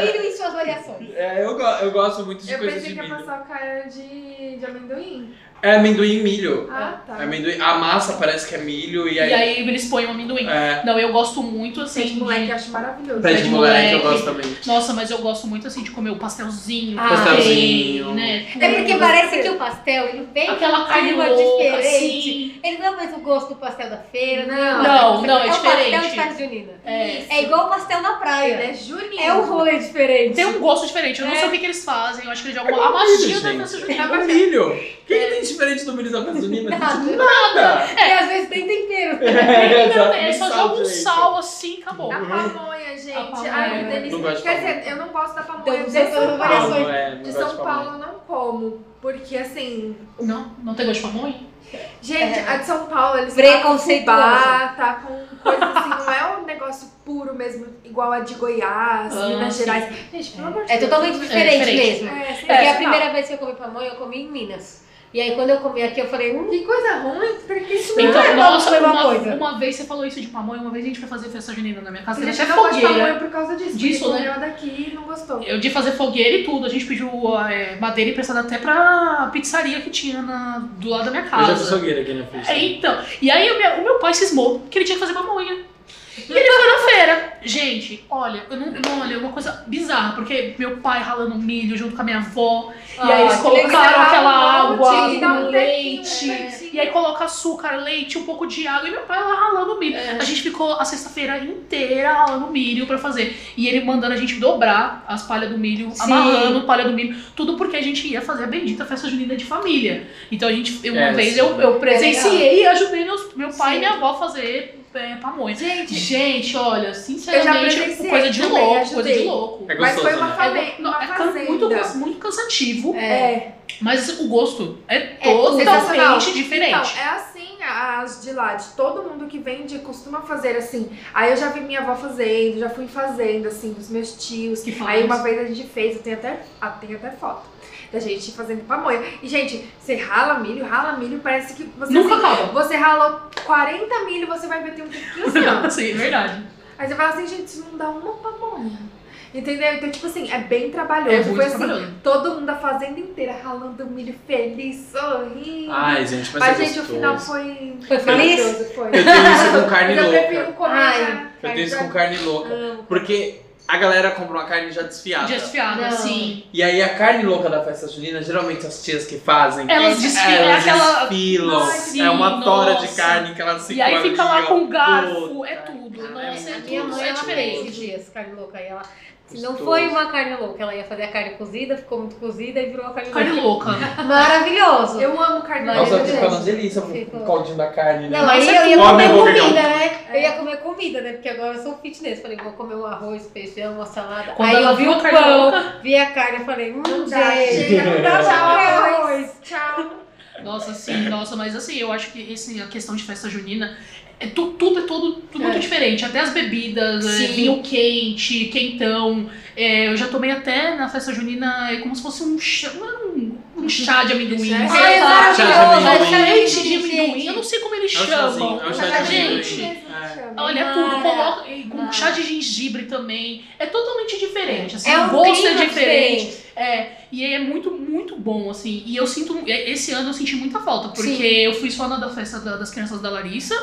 Speaker 3: Milho e suas variações.
Speaker 1: É, eu, go- eu gosto muito de
Speaker 4: Eu
Speaker 1: coisas de
Speaker 4: pensei que a
Speaker 1: milho.
Speaker 4: paçoca era de, de amendoim.
Speaker 1: É amendoim e milho.
Speaker 4: Ah, tá.
Speaker 1: Amendoim, a massa parece que é milho e
Speaker 2: E
Speaker 1: aí.
Speaker 2: aí eles põem um amendoim.
Speaker 1: é,
Speaker 2: Não, eu gosto muito assim.
Speaker 4: Gente,
Speaker 2: de-
Speaker 4: moleque, eu acho maravilhoso.
Speaker 1: pé de
Speaker 2: de
Speaker 1: moleque eu
Speaker 2: moleque.
Speaker 1: gosto também.
Speaker 2: Nossa, mas eu gosto muito assim de comer o pastelzinho.
Speaker 3: Ah,
Speaker 1: Pastelzinho.
Speaker 2: bem, Né?
Speaker 3: É porque parece que o pastel, ele vem
Speaker 2: Aquela
Speaker 3: com
Speaker 2: carne
Speaker 3: clima
Speaker 2: louca,
Speaker 3: diferente.
Speaker 2: assim.
Speaker 3: Ele não é mais o gosto do pastel da feira,
Speaker 4: Não.
Speaker 2: Não, não, é
Speaker 3: é o pastel
Speaker 2: diferente.
Speaker 3: de festa junina.
Speaker 2: É.
Speaker 3: É igual o pastel na praia.
Speaker 4: Ele é junino.
Speaker 3: É um rolê diferente.
Speaker 2: Tem um gosto diferente. Eu não
Speaker 3: É.
Speaker 2: sei o que, que eles fazem. Eu acho que eles jogam a magia da festa
Speaker 1: É gente. É
Speaker 2: junina.
Speaker 1: com milho. O que, que tem diferente do milho da festa junina?
Speaker 3: Nada.
Speaker 1: Gente, Nada.
Speaker 3: E às vezes tem tempero.
Speaker 1: É, exato,
Speaker 2: É só joga um
Speaker 1: gente.
Speaker 2: sal assim, acabou.
Speaker 4: A
Speaker 3: Uhum.
Speaker 4: pamonha, gente.
Speaker 2: A pamonha.
Speaker 4: Ai, que delícia.
Speaker 1: Uhum. Não gosto de
Speaker 4: Quer
Speaker 1: pamonha.
Speaker 4: dizer, eu não posso da pamonha.
Speaker 3: Então,
Speaker 4: de
Speaker 3: você falou
Speaker 4: São
Speaker 1: Não,
Speaker 4: Paulo.
Speaker 3: variações.
Speaker 1: não é, não
Speaker 4: De
Speaker 1: gosto
Speaker 4: São
Speaker 1: de pamonha.
Speaker 4: Paulo eu não como. Porque, assim...
Speaker 2: Não? Não tem gosto de pamonha?
Speaker 4: Gente,
Speaker 3: É.
Speaker 4: a de São Paulo, eles
Speaker 3: Preconceituosa.
Speaker 4: tá com fubá, tá com coisa assim. Não é um negócio puro mesmo, igual a de Goiás,
Speaker 2: Ah,
Speaker 4: Minas
Speaker 2: sim.
Speaker 4: Gerais. Gente, pelo amor de
Speaker 3: É
Speaker 4: Deus.
Speaker 3: totalmente diferente,
Speaker 2: diferente.
Speaker 3: mesmo.
Speaker 4: É,
Speaker 3: Porque a primeira vez que eu comi pamonha, eu comi em Minas. E aí quando eu comi aqui, eu falei, hum,
Speaker 4: Que coisa ruim, pra que isso
Speaker 2: Então,
Speaker 3: é
Speaker 2: nossa,
Speaker 3: pamonha, é uma
Speaker 2: uma,
Speaker 3: coisa.
Speaker 2: uma vez você falou isso de pamonha, uma vez a gente foi fazer festa junina na minha casa.
Speaker 4: A
Speaker 2: teve
Speaker 4: gente
Speaker 2: até
Speaker 4: não gosta de
Speaker 2: fogueira.
Speaker 4: pamonha né? por causa disso.
Speaker 2: Disso,
Speaker 4: porque
Speaker 2: né?
Speaker 4: comeu a daqui e não gostou.
Speaker 1: É
Speaker 2: Eu de fazer fogueira e tudo. A gente pediu é, madeira emprestada até pra pizzaria que tinha na- do lado da minha
Speaker 1: Eu já fiz
Speaker 2: casa.
Speaker 1: sogueira aqui na festa.
Speaker 2: É, então. E aí o meu, o meu pai cismou que ele tinha que fazer pamonha. E ele foi na feira. Gente, olha, eu não, não, olha, é uma coisa bizarra, porque meu pai ralando milho junto com a minha avó, e aí eles
Speaker 3: Ah, que
Speaker 2: colocaram
Speaker 3: legal.
Speaker 2: aquela água
Speaker 4: Tinha que dar um
Speaker 2: com leite,
Speaker 4: tequinho, né?
Speaker 2: e aí coloca açúcar, leite, um pouco de água, e meu pai lá ralando milho.
Speaker 3: É.
Speaker 2: A gente ficou a sexta-feira inteira ralando milho pra fazer. E ele mandando a gente dobrar as palhas do milho,
Speaker 3: Sim.
Speaker 2: amarrando palha do milho, tudo porque a gente ia fazer a bendita festa junina de família. Então a gente, eu- uma
Speaker 1: É,
Speaker 2: vez
Speaker 1: sim.
Speaker 2: eu, eu presenciei e ajudei meus, meu pai
Speaker 3: Sim.
Speaker 2: e minha avó a fazer é, pamonha.
Speaker 4: Gente,
Speaker 2: Gente, olha,
Speaker 4: Eu já
Speaker 2: sinceramente,
Speaker 4: presenciei
Speaker 2: coisa de
Speaker 4: também,
Speaker 2: louco,
Speaker 4: ajudei.
Speaker 2: coisa de louco.
Speaker 1: É
Speaker 4: mas
Speaker 1: gostoso,
Speaker 4: foi uma,
Speaker 1: né?
Speaker 4: fame...
Speaker 2: É, não,
Speaker 4: uma
Speaker 2: é can-
Speaker 4: fazenda.
Speaker 2: muito, muito cansativo,
Speaker 4: É.
Speaker 2: mas o gosto é
Speaker 4: sensacional.
Speaker 2: totalmente diferente.
Speaker 4: Então, é assim as de lá, de todo mundo que vende costuma fazer assim. Aí eu já vi minha avó fazendo, já fui fazendo, assim, dos meus tios.
Speaker 2: Que faz.
Speaker 4: Aí uma vez a gente fez, eu tenho até, ah, tenho até foto da gente fazendo pamonha. E, gente, você rala milho, rala milho, parece que você.
Speaker 2: Nunca
Speaker 4: assim,
Speaker 2: acaba.
Speaker 4: Você ralou 40 milho, você vai ver tem um de 15 anos.
Speaker 2: Sim, é verdade.
Speaker 4: Aí você fala assim, gente, isso não dá uma pamonha. Entendeu? Então, tipo assim, é bem trabalhoso.
Speaker 2: É muito
Speaker 4: Foi assim,
Speaker 2: trabalhoso.
Speaker 4: todo mundo, a fazenda inteira, ralando milho feliz, sorrindo.
Speaker 1: Ai, gente, mas,
Speaker 4: Mas,
Speaker 1: é
Speaker 4: gente, o
Speaker 1: gostoso.
Speaker 4: final foi.
Speaker 3: Foi feliz?
Speaker 4: maravilhoso, Foi.
Speaker 1: Eu tenho isso com carne
Speaker 4: Mas eu
Speaker 1: louca.
Speaker 4: prefiro comer.
Speaker 3: Ai.
Speaker 4: já-
Speaker 1: Eu tenho isso com
Speaker 4: já-
Speaker 1: carne louca.
Speaker 3: amo.
Speaker 1: Porque a galera compra uma carne já desfiada.
Speaker 2: Desfiada,
Speaker 3: Não.
Speaker 2: sim.
Speaker 1: E aí a carne louca da festa junina, geralmente as tias que fazem.
Speaker 2: Elas desfilam, é
Speaker 1: elas
Speaker 2: aquela-
Speaker 1: desfilam.
Speaker 2: Ai,
Speaker 1: é uma
Speaker 2: sim,
Speaker 1: tora de
Speaker 2: nossa.
Speaker 1: carne que elas se
Speaker 2: e aí fica lá
Speaker 1: colam,
Speaker 2: com
Speaker 1: ó.
Speaker 2: garfo,
Speaker 1: Puta.
Speaker 2: é tudo.
Speaker 1: cara,
Speaker 2: Nossa,
Speaker 1: é
Speaker 2: é
Speaker 3: a minha
Speaker 2: tudo,
Speaker 3: mãe
Speaker 2: é
Speaker 3: ela fez
Speaker 2: diferente.
Speaker 3: esses dias, carne louca, e ela Se não foi uma carne louca, ela ia fazer a carne cozida, ficou muito cozida e virou a carne
Speaker 2: Carne
Speaker 3: louca.
Speaker 2: louca.
Speaker 3: Maravilhoso!
Speaker 4: Eu amo carne
Speaker 3: Nossa,
Speaker 1: Nossa,
Speaker 3: eu
Speaker 4: moída,
Speaker 1: ficou
Speaker 4: gente.
Speaker 3: falando-
Speaker 1: uma delícia
Speaker 3: Ficou.
Speaker 1: o caldinho da carne, né?
Speaker 3: Não, aí
Speaker 2: Nossa,
Speaker 3: eu ia
Speaker 1: que
Speaker 3: comer
Speaker 1: homem
Speaker 3: comida,
Speaker 1: orgulhoso.
Speaker 3: né? Eu ia comer comida, né? Porque agora eu sou fitness. Falei, vou comer um arroz, feijão, uma salada.
Speaker 2: Quando
Speaker 3: aí
Speaker 2: ela
Speaker 3: eu vi
Speaker 2: viu
Speaker 3: o
Speaker 2: a carne
Speaker 3: pão, vi a carne, eu falei, hum,
Speaker 4: Não dá,
Speaker 3: gente, é um
Speaker 4: chega,
Speaker 3: não
Speaker 4: não dá,
Speaker 3: dá
Speaker 4: tchau,
Speaker 3: pra comer
Speaker 4: arroz. Tchau.
Speaker 2: Nossa, sim, nossa, mas assim, eu acho que esse, a questão de festa junina é tu- tudo é todo tudo muito
Speaker 3: É.
Speaker 2: diferente. Até as bebidas, é,
Speaker 3: Sim.
Speaker 2: vinho quente, quentão. É, eu já tomei até na festa junina é como se fosse um chá, não era um, um chá de amendoim.
Speaker 4: Chá.
Speaker 2: sei
Speaker 3: Ai, é
Speaker 2: lá.
Speaker 1: Tchau,
Speaker 3: maravilhoso!
Speaker 1: amendoim.
Speaker 3: é
Speaker 2: Leite de
Speaker 3: diferente,
Speaker 2: amendoim,
Speaker 3: gente.
Speaker 2: eu não sei como eles
Speaker 1: É um
Speaker 2: chamam.
Speaker 1: chazinho, é um
Speaker 4: Mas
Speaker 1: chá
Speaker 4: a
Speaker 1: de
Speaker 4: gente
Speaker 1: amendoim.
Speaker 4: mesmo
Speaker 1: É.
Speaker 4: chama.
Speaker 2: Olha
Speaker 3: Mara.
Speaker 2: tudo, coloca e com
Speaker 3: Mara.
Speaker 2: chá de gengibre também. É totalmente diferente, assim,
Speaker 3: É um
Speaker 2: o gosto é
Speaker 3: clima
Speaker 2: diferente. É, e é muito, muito bom, assim. E eu sinto. e- Esse ano eu senti muita falta, porque
Speaker 3: Sim.
Speaker 2: eu fui só na da festa da- das crianças da Larissa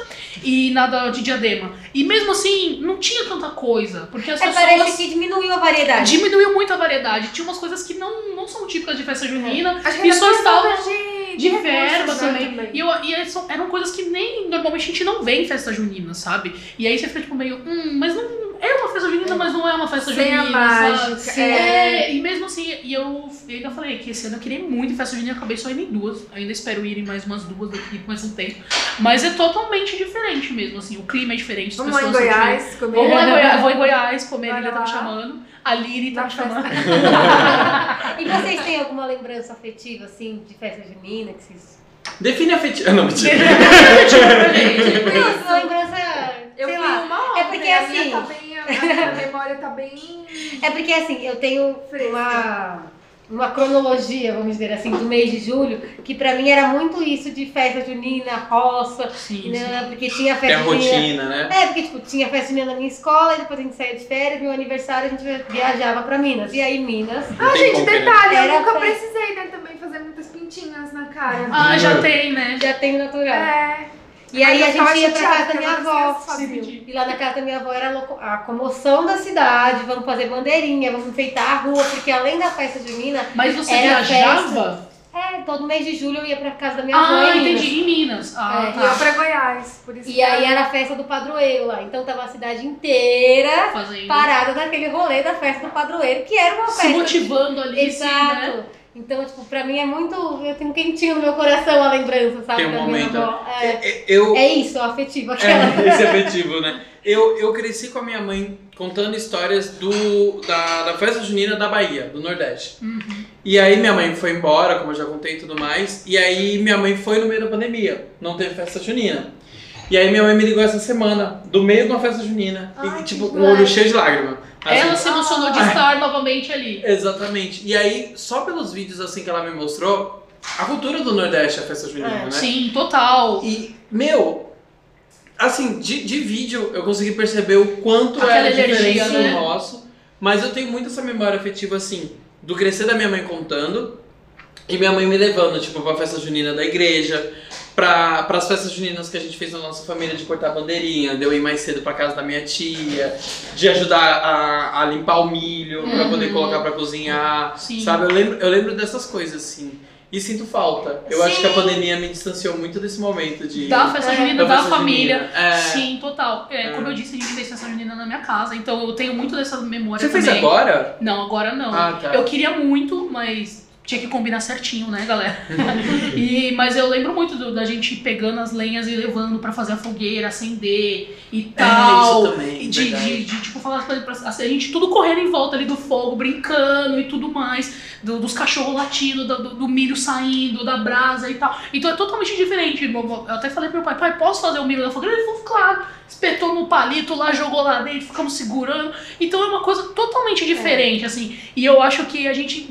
Speaker 2: e na da, de Diadema. E mesmo assim, não tinha tanta coisa, porque as
Speaker 3: É,
Speaker 2: pessoas.
Speaker 3: parece que diminuiu a variedade.
Speaker 2: Diminuiu muito a variedade. Tinha umas coisas que não, não são típicas de festa junina.
Speaker 4: Acho
Speaker 2: E só
Speaker 4: ela
Speaker 2: estava
Speaker 4: falta de,
Speaker 2: de
Speaker 4: recursos,
Speaker 2: verba
Speaker 4: né,
Speaker 2: também. E, eu, e elas são- eram coisas que nem normalmente a gente não vê em festa junina, sabe? E aí você fica tipo meio, hum, mas não é uma festa junina, mas não é uma festa
Speaker 4: Sem a
Speaker 2: junina. sabe?
Speaker 4: mágica.
Speaker 3: Sim.
Speaker 4: é.
Speaker 2: É, e mesmo assim, e eu ainda falei que esse ano eu queria ir muito em festa junina, eu acabei só indo em duas. Eu ainda espero ir em mais umas duas daqui por mais um tempo. Mas é totalmente diferente mesmo, assim, o clima é diferente. as
Speaker 4: Vamos lá em
Speaker 2: pessoas são
Speaker 4: Goiás
Speaker 2: diferentes.
Speaker 4: comer.
Speaker 2: Vamos lá em Goiás, vou em Goiás comer, a
Speaker 4: Vai
Speaker 2: Lívia tá
Speaker 4: lá.
Speaker 2: me chamando. A Liri tá
Speaker 4: Na
Speaker 2: me chamando.
Speaker 3: E vocês têm alguma lembrança afetiva, assim, de festa junina? Que vocês...
Speaker 1: Define afetivo. Ah, Não, mentira.
Speaker 3: Não, uma lembrança,
Speaker 4: Eu
Speaker 3: sei
Speaker 4: fui
Speaker 3: lá.
Speaker 4: uma
Speaker 3: É
Speaker 4: ontem,
Speaker 3: porque,
Speaker 4: a minha
Speaker 3: assim-
Speaker 4: tá bem- a minha memória tá bem...
Speaker 3: É porque assim, eu tenho
Speaker 4: Fresca.
Speaker 3: uma, uma cronologia, vamos dizer assim, do mês de julho, que pra mim era muito isso de festa junina, roça,
Speaker 2: Sim, sim.
Speaker 3: né? porque tinha
Speaker 1: É a
Speaker 3: festa junina.
Speaker 1: rotina, né?
Speaker 3: É, porque tipo, tinha festa junina na minha escola, e depois a gente saía de férias, meu aniversário a gente viajava pra Minas. E aí, Minas.
Speaker 1: Não
Speaker 4: Ah,
Speaker 1: tem
Speaker 4: gente,
Speaker 1: como querer.
Speaker 4: detalhe, eu
Speaker 3: Era
Speaker 4: nunca
Speaker 3: pra-
Speaker 4: precisei, né, também fazer muitas pintinhas na cara.
Speaker 2: Ah, já tem, né?
Speaker 3: Já tem o natural.
Speaker 4: É.
Speaker 3: E aí
Speaker 4: Mas
Speaker 3: a
Speaker 4: eu tava
Speaker 3: gente ia pra
Speaker 4: chateada
Speaker 3: casa da
Speaker 4: que
Speaker 3: minha
Speaker 4: eu não
Speaker 2: é
Speaker 3: avó.
Speaker 4: sei se eu sabia.
Speaker 3: E lá na casa da minha avó era loco- a comoção da cidade, vamos fazer bandeirinha, vamos enfeitar a rua, porque além da festa junina,
Speaker 2: Mas você
Speaker 3: Era
Speaker 2: viajava?
Speaker 3: é, todo mês de julho eu ia pra casa da minha avó.
Speaker 2: Ah,
Speaker 3: em Minas.
Speaker 2: entendi. Em Minas. Ah,
Speaker 3: É,
Speaker 4: E eu
Speaker 2: tá.
Speaker 4: pra Goiás, por isso
Speaker 3: E
Speaker 4: que
Speaker 3: aí era a festa do padroeiro lá. Então tava a cidade inteira
Speaker 2: Fazendo.
Speaker 3: parada naquele rolê da festa do padroeiro, que era uma
Speaker 2: Se
Speaker 3: festa.
Speaker 2: motivando ali, assim, né?
Speaker 3: Exato. Então, tipo, pra mim é muito. Eu tenho um quentinho no meu coração a lembrança, sabe?
Speaker 1: Tem um
Speaker 3: da minha
Speaker 1: momento,
Speaker 3: avó. É,
Speaker 1: É, Eu.
Speaker 3: é isso, a afetiva aquela.
Speaker 1: É, esse é afetivo, né? Eu, eu cresci com a minha mãe contando histórias do, da, da festa junina da Bahia, do Nordeste. E aí minha mãe foi embora, como eu já contei e tudo mais. E aí minha mãe foi no meio da pandemia, não teve festa junina. E aí minha mãe me ligou essa semana, do meio de uma festa junina.
Speaker 4: Ai,
Speaker 1: e tipo,
Speaker 4: que
Speaker 1: com o olho
Speaker 3: demais.
Speaker 1: cheio de lágrima. Assim,
Speaker 2: Ela
Speaker 1: Ah,
Speaker 2: se emocionou de
Speaker 1: é.
Speaker 2: estar novamente
Speaker 1: Né?
Speaker 2: ali.
Speaker 1: Exatamente. E aí, só pelos vídeos assim que ela me mostrou, a cultura do Nordeste é a festa junina,
Speaker 3: É,
Speaker 1: né?
Speaker 2: Sim, total.
Speaker 1: E, meu, assim, de, de vídeo eu consegui perceber o quanto
Speaker 2: Aquela
Speaker 1: era
Speaker 2: energia,
Speaker 1: diferente do
Speaker 2: né?
Speaker 1: nosso. Mas eu tenho muito essa memória afetiva, assim, do crescer da minha mãe contando e minha mãe me levando, tipo, pra festa junina da igreja, pra, pras festas juninas que a gente fez na nossa família de cortar bandeirinha, de eu ir mais cedo pra casa da minha tia, de ajudar a, a limpar o milho pra poder
Speaker 2: Uhum.
Speaker 1: colocar pra cozinhar.
Speaker 2: Sim.
Speaker 1: Sabe, eu lembro, eu lembro dessas coisas, assim. E sinto falta. Eu acho que a
Speaker 3: Sim.
Speaker 1: pandemia me distanciou muito desse momento de.
Speaker 2: Da festa
Speaker 3: É,
Speaker 2: junina, da,
Speaker 1: festa
Speaker 2: família.
Speaker 1: junina. É.
Speaker 2: Sim, total. É,
Speaker 1: É.
Speaker 2: Como eu disse, a gente fez festa junina na minha casa, então eu tenho muito dessa memória
Speaker 1: Você fez
Speaker 2: também.
Speaker 1: agora?
Speaker 2: Não, agora não.
Speaker 1: Ah, tá.
Speaker 2: Eu queria muito, mas tinha que combinar certinho, né, galera? e, mas eu lembro muito do- da gente pegando as lenhas e levando pra fazer a fogueira, acender e tal.
Speaker 1: É, também.
Speaker 2: E de, de,
Speaker 1: verdade.
Speaker 2: de, tipo, falar as coisas pra, assim, a gente tudo correndo em volta ali do fogo, brincando e tudo mais, do- dos cachorros latindo, do, do- do milho saindo, da brasa e tal. Então é totalmente diferente. Meu avô- Eu até falei pro meu pai, pai, posso fazer o milho da fogueira? Ele falou, claro. Espetou no palito lá, jogou lá dentro, ficamos segurando. Então é uma coisa totalmente diferente, assim. E eu acho que a gente,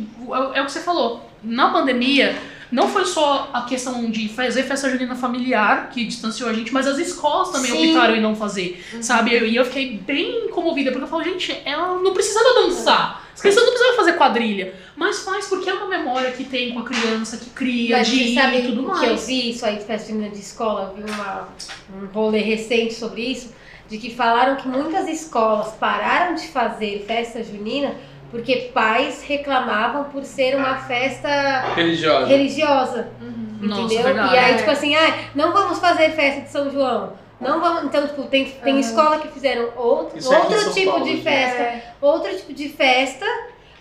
Speaker 2: é, é o que você falou, na pandemia... Não foi só a questão de fazer festa junina familiar que distanciou a gente, mas as escolas também
Speaker 3: Sim. Uhum.
Speaker 2: optaram em não fazer sabe? Eu- E eu, fiquei bem comovida, porque eu falo, gente, ela não precisava dançar. As crianças não precisavam fazer quadrilha. Mas faz porque é uma memória que tem com a criança, que cria,
Speaker 3: Mas
Speaker 2: de
Speaker 3: vocês
Speaker 2: ir
Speaker 3: sabem
Speaker 2: e tudo
Speaker 3: que eu
Speaker 2: mais.
Speaker 3: vi isso aí de festa junina de escola, eu vi uma, um rolê recente sobre isso, de que falaram que muitas escolas pararam de fazer festa junina porque pais reclamavam por ser uma festa
Speaker 1: Religiosa.
Speaker 3: religiosa.
Speaker 4: Uhum.
Speaker 2: Nossa,
Speaker 3: entendeu?
Speaker 2: verdade.
Speaker 3: E aí,
Speaker 4: É.
Speaker 3: tipo assim, ah, não vamos fazer festa de São João. Não vamos, então, tipo, tem, tem escola que fizeram outro,
Speaker 1: Isso é aqui em
Speaker 3: outro
Speaker 1: São
Speaker 3: tipo
Speaker 1: Paulo,
Speaker 3: de
Speaker 1: gente.
Speaker 3: festa,
Speaker 4: É.
Speaker 3: outro tipo de festa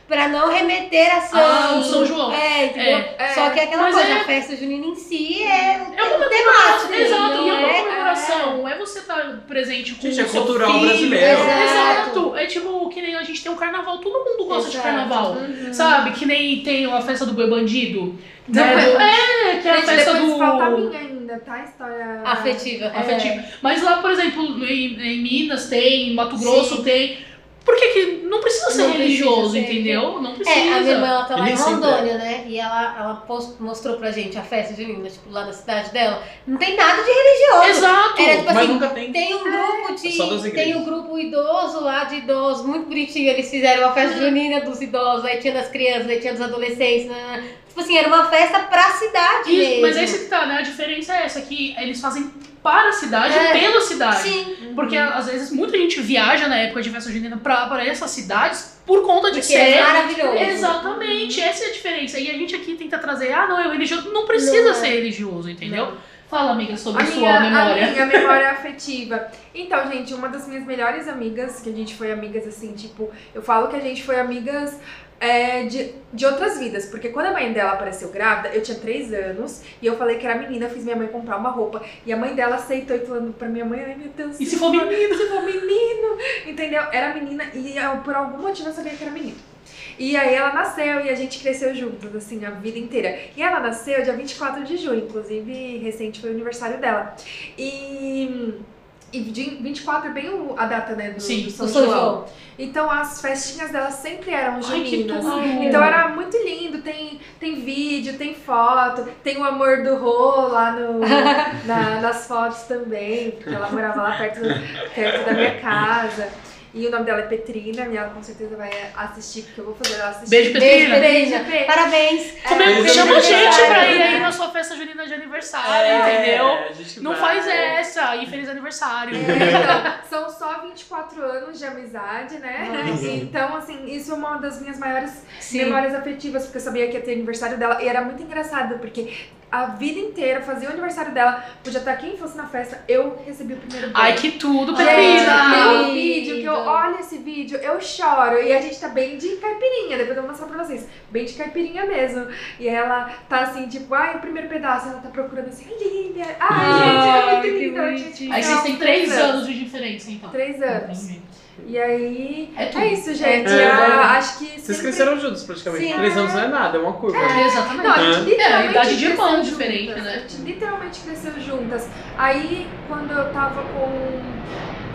Speaker 3: pra não remeter a São,
Speaker 2: Ah, o São João.
Speaker 3: É, entendeu?
Speaker 2: É,
Speaker 4: é.
Speaker 3: Só que aquela
Speaker 2: Mas
Speaker 3: coisa,
Speaker 2: é-
Speaker 3: a festa junina em si é o
Speaker 2: É uma
Speaker 3: temático.
Speaker 2: Exato, e é
Speaker 3: não
Speaker 2: uma
Speaker 3: é?
Speaker 2: comemoração. É você estar presente com
Speaker 1: Gente,
Speaker 2: o
Speaker 1: é
Speaker 2: seu
Speaker 1: cultural
Speaker 2: filho.
Speaker 1: brasileiro.
Speaker 3: Exato.
Speaker 2: Exato. É tipo que nem a gente tem um carnaval, todo mundo gosta de
Speaker 3: Exato. Hum.
Speaker 2: carnaval.
Speaker 4: Uhum.
Speaker 2: Sabe? Que nem tem a festa do boi bandido.
Speaker 4: Não,
Speaker 2: né,
Speaker 4: mas-
Speaker 2: do- É, que é a
Speaker 4: Gente,
Speaker 2: festa
Speaker 4: depois
Speaker 2: do.
Speaker 4: falta a minha ainda, tá? A História...
Speaker 3: Afetiva.
Speaker 4: É.
Speaker 2: afetivo. Mas lá, por exemplo, em, em Minas tem, em Mato
Speaker 3: Sim.
Speaker 2: Grosso tem. Por que que não precisa ser
Speaker 3: Não precisa
Speaker 2: religioso,
Speaker 3: ser.
Speaker 2: entendeu? Não precisa.
Speaker 3: É, a minha irmã ela tá
Speaker 1: E
Speaker 3: lá
Speaker 1: nem
Speaker 3: em
Speaker 1: sempre
Speaker 3: Rondônia, né? E ela, ela post- mostrou pra gente a festa junina, tipo, lá na cidade dela. Não tem nada de religioso.
Speaker 2: Exato.
Speaker 3: Era tipo
Speaker 1: Mas
Speaker 3: assim,
Speaker 1: nunca tem.
Speaker 3: tem um grupo
Speaker 1: É Só das
Speaker 3: de.
Speaker 1: igrejas.
Speaker 3: Tem um grupo idoso lá de idosos, muito bonitinho. Eles fizeram uma
Speaker 2: Uhum.
Speaker 3: festa junina dos idosos, aí tinha das crianças, aí tinha dos adolescentes. né? Tipo assim, era uma festa pra cidade
Speaker 2: Isso,
Speaker 3: mesmo.
Speaker 2: mas é isso que tá, né? A diferença é essa, que eles fazem para a cidade
Speaker 3: É.
Speaker 2: e pela cidade.
Speaker 3: Sim,
Speaker 2: Porque
Speaker 4: Uhum.
Speaker 2: às vezes muita gente viaja na época de festa junina pra, pra essas cidades por conta de
Speaker 3: porque
Speaker 2: ser.
Speaker 3: é maravilhoso.
Speaker 2: Exatamente, essa é a diferença. E a gente aqui tenta trazer, ah, não, é religioso. Não precisa
Speaker 3: Não é.
Speaker 2: ser religioso, entendeu? Fala, amiga, sobre
Speaker 4: A
Speaker 2: sua
Speaker 4: minha,
Speaker 2: memória.
Speaker 4: a minha memória afetiva. Então, gente, uma das minhas melhores amigas, que a gente foi amigas assim, tipo, eu falo que a gente foi amigas é, de, de outras vidas, porque quando a mãe dela apareceu grávida, eu tinha três anos e eu falei que era menina, eu fiz minha mãe comprar uma roupa. E a mãe dela aceitou e falando pra minha mãe, ai meu Deus.
Speaker 2: E se for menino?
Speaker 4: se for tipo, menino, entendeu? Era menina e eu, por algum motivo eu sabia que era menino. E aí ela nasceu e a gente cresceu juntas, assim, a vida inteira. E ela nasceu dia 24 de junho, inclusive recente foi o aniversário dela. E, e de- 24 é bem o- a data, né, do,
Speaker 2: Sim,
Speaker 4: do
Speaker 3: Eu
Speaker 4: São
Speaker 3: sou
Speaker 4: João.
Speaker 3: João.
Speaker 4: Então as festinhas dela sempre eram
Speaker 2: Ai, que
Speaker 4: juninas.
Speaker 2: tudo.
Speaker 4: Então era muito lindo, tem, tem vídeo, tem foto, tem o amor do Rô lá no, na- nas fotos também, porque ela morava lá perto, perto da minha casa. E o nome dela é Petrina, e ela com certeza vai assistir, porque eu vou fazer ela assistir.
Speaker 2: Beijo,
Speaker 3: Beijo,
Speaker 2: Petrina.
Speaker 3: Petrina.
Speaker 4: Beijo, Pe.
Speaker 3: Parabéns.
Speaker 2: Como
Speaker 1: É,
Speaker 2: é,
Speaker 1: isso é
Speaker 2: chama a gente
Speaker 1: verdade,
Speaker 2: pra ir
Speaker 1: né?
Speaker 4: É.
Speaker 2: aí na sua festa junina de aniversário,
Speaker 1: É,
Speaker 2: entendeu?
Speaker 1: a gente
Speaker 2: Não
Speaker 1: vai-
Speaker 2: faz é, essa, e feliz aniversário.
Speaker 4: É, então, são só 24 anos de amizade, né?
Speaker 1: Nossa.
Speaker 4: Então, assim, isso é uma das minhas maiores
Speaker 3: Sim.
Speaker 4: memórias afetivas, porque eu sabia que ia ter aniversário dela. E era muito engraçado, porque a vida inteira fazia o aniversário dela, podia estar quem fosse na festa, eu recebi o primeiro beijo.
Speaker 2: Ai, que tudo,
Speaker 4: Gente,
Speaker 2: Petrina!
Speaker 4: tem um vídeo que eu
Speaker 3: Lindo.
Speaker 4: olho esse vídeo, eu choro. E a gente tá bem de caipirinha, depois eu vou mostrar pra vocês. Bem de caipirinha mesmo. E ela tá assim, tipo, ai, o primeiro pedaço, ela tá procurando assim, ai, linda. Ai,
Speaker 3: Ai,
Speaker 4: gente, é muito
Speaker 3: que
Speaker 4: linda.
Speaker 3: bonitinho.
Speaker 4: gente.
Speaker 2: Aí vocês têm três anos de diferença, então.
Speaker 4: Três anos.
Speaker 2: Entendi.
Speaker 4: E aí.
Speaker 2: É
Speaker 4: É
Speaker 2: tudo.
Speaker 4: isso, gente.
Speaker 1: É.
Speaker 4: Ah, acho que.
Speaker 1: Vocês
Speaker 4: sempre-
Speaker 1: cresceram juntos praticamente.
Speaker 3: Sim.
Speaker 1: Três anos não é nada, é uma curva.
Speaker 2: Exatamente.
Speaker 4: Não, a
Speaker 1: É.
Speaker 4: gente literalmente
Speaker 2: É, a idade de
Speaker 4: cresceu
Speaker 2: irmão
Speaker 4: juntas.
Speaker 2: diferente, né?
Speaker 4: A gente literalmente cresceu juntas. Aí, quando eu tava com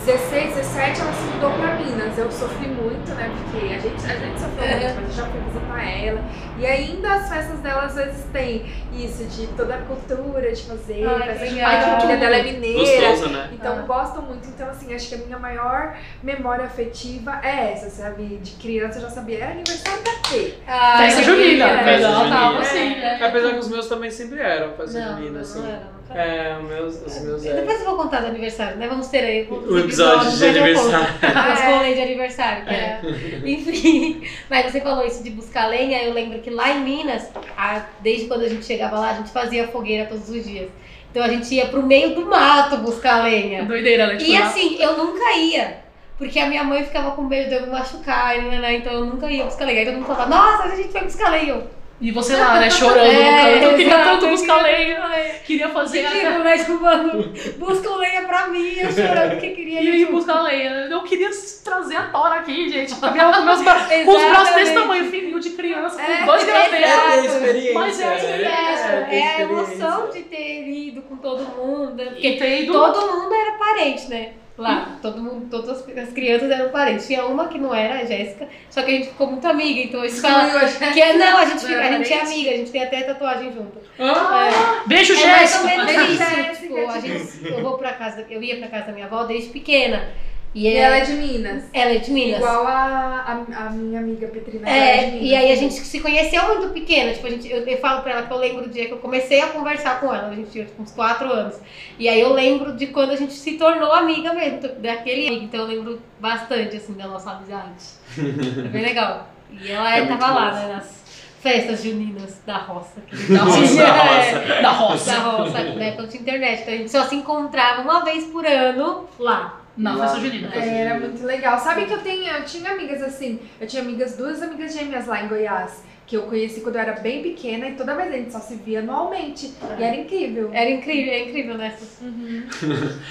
Speaker 4: 16, 17, ela se mudou pra Minas. Eu sofri muito, né? Porque a gente, a gente sofreu
Speaker 3: É.
Speaker 4: muito, mas eu já fui visitar ela. E ainda as festas dela, às vezes, tem isso de toda a cultura de fazer.
Speaker 3: Ai,
Speaker 4: festa
Speaker 3: que
Speaker 4: de
Speaker 3: legal.
Speaker 4: pai, que a filha dela é mineira.
Speaker 1: Gostoso, né?
Speaker 4: Então
Speaker 3: Ah.
Speaker 4: gostam muito, então assim, acho que a minha maior memória afetiva é essa, sabe? De criança eu já sabia, é aniversário da Fê.
Speaker 3: Ai,
Speaker 2: Festa
Speaker 3: que
Speaker 2: junina,
Speaker 3: lindo.
Speaker 2: mas ela
Speaker 1: junina.
Speaker 2: tava
Speaker 1: É.
Speaker 2: assim, né?
Speaker 1: Apesar que os meus também sempre eram festa
Speaker 3: Não,
Speaker 1: junina, assim.
Speaker 3: não era, nunca era.
Speaker 1: É, os meus, os meus é. eram.
Speaker 3: Depois eu vou contar do aniversário, né? Vamos ter aí outros
Speaker 1: O episódio
Speaker 3: episódios,
Speaker 1: de
Speaker 3: mas eu conto.
Speaker 1: aniversário. É.
Speaker 3: Os
Speaker 4: É.
Speaker 3: rolês de aniversário, que era... Enfim, mas você falou isso de buscar lenha, eu lembro que lá em Minas, a- desde quando a gente chegava lá, a gente fazia fogueira todos os dias. Então a gente ia pro meio do mato buscar lenha.
Speaker 2: Doideira, né? Tipo,
Speaker 3: É. E
Speaker 2: lá-
Speaker 3: assim, eu nunca ia, porque a minha mãe ficava com medo de eu me machucar, e nananã, então eu nunca ia buscar lenha. Aí todo mundo falava, nossa, a gente foi buscar lenha. Eu,
Speaker 2: E você lá, né, chorando no
Speaker 3: É,
Speaker 2: canto. Eu queria
Speaker 3: exato,
Speaker 2: tanto
Speaker 3: eu
Speaker 2: buscar
Speaker 3: queria
Speaker 2: lenha.
Speaker 3: buscar lenha.
Speaker 2: Queria fazer até-
Speaker 3: Ridículo, né? Tipo, mano, busca lenha pra mim, eu chorando porque queria
Speaker 2: E
Speaker 3: ir
Speaker 2: aí, buscar lenha. Eu queria trazer a Tora aqui, gente. Com minha- com meus braços- com os braços desse
Speaker 3: Exatamente.
Speaker 2: tamanho, fininho de criança, com
Speaker 4: É,
Speaker 2: dois
Speaker 3: é
Speaker 2: gravetos.
Speaker 3: verdade.
Speaker 1: É
Speaker 3: Exato.
Speaker 1: ter experiência.
Speaker 2: Mas é a
Speaker 1: né?
Speaker 2: experiência,
Speaker 1: É, ter
Speaker 3: É a
Speaker 1: experiência.
Speaker 3: emoção de ter ido com todo mundo, né? porque
Speaker 2: E tem do...
Speaker 3: Todo mundo era parente, né? Lá, todo mundo, todas as- as crianças eram parentes. Tinha uma que não era, a Jéssica, só que a gente ficou muito amiga, então a gente fala.
Speaker 4: Excluiu a gente.
Speaker 3: Que é, não, a gente,
Speaker 4: Não
Speaker 3: fica, a
Speaker 4: era
Speaker 3: gente é
Speaker 4: parente?
Speaker 3: amiga, a gente tem até tatuagem junto.
Speaker 1: Ah,
Speaker 3: É,
Speaker 2: Beijo,
Speaker 3: é mais ou
Speaker 2: Jéssica.
Speaker 3: menos
Speaker 4: Jéssica.
Speaker 3: isso. Tipo, a gente, eu vou pra casa, eu ia pra casa da minha avó desde pequena. E,
Speaker 4: E
Speaker 3: ela,
Speaker 4: ela é de Minas.
Speaker 3: ela é de Minas.
Speaker 4: Igual a, a, a minha amiga Petrina. ela de
Speaker 3: É,
Speaker 4: Minas.
Speaker 3: e aí a gente se conheceu muito pequena, tipo, a gente, eu, eu falo pra ela que eu lembro do dia que eu comecei a conversar com ela, a gente tinha tipo, uns 4 anos, e aí eu lembro de quando a gente se tornou amiga mesmo, t- daquele amigo, então eu lembro bastante, assim, da nossa amizade, é bem legal, e ela
Speaker 1: É
Speaker 3: é,
Speaker 1: muito
Speaker 3: tava lá,
Speaker 1: massa.
Speaker 3: né, nas festas juninas da roça.
Speaker 2: Da roça.
Speaker 1: Da
Speaker 3: É,
Speaker 1: roça.
Speaker 2: Da
Speaker 3: Da
Speaker 2: roça.
Speaker 3: roça, na época não tinha internet. Então a gente só se encontrava uma vez por ano lá.
Speaker 2: Na festa junina.
Speaker 1: Festa
Speaker 4: É, era
Speaker 1: junina.
Speaker 4: muito legal. Sabe que eu tenho, eu tinha amigas assim, eu tinha amigas, duas amigas gêmeas lá em Goiás, que eu conheci quando eu era bem pequena e toda vez a gente só se via anualmente. E era incrível.
Speaker 3: Era incrível, é incrível, né?
Speaker 4: Uhum.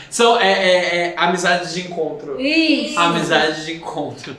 Speaker 1: São é, é, é amizades de encontro.
Speaker 3: Isso.
Speaker 1: Amizades de encontro.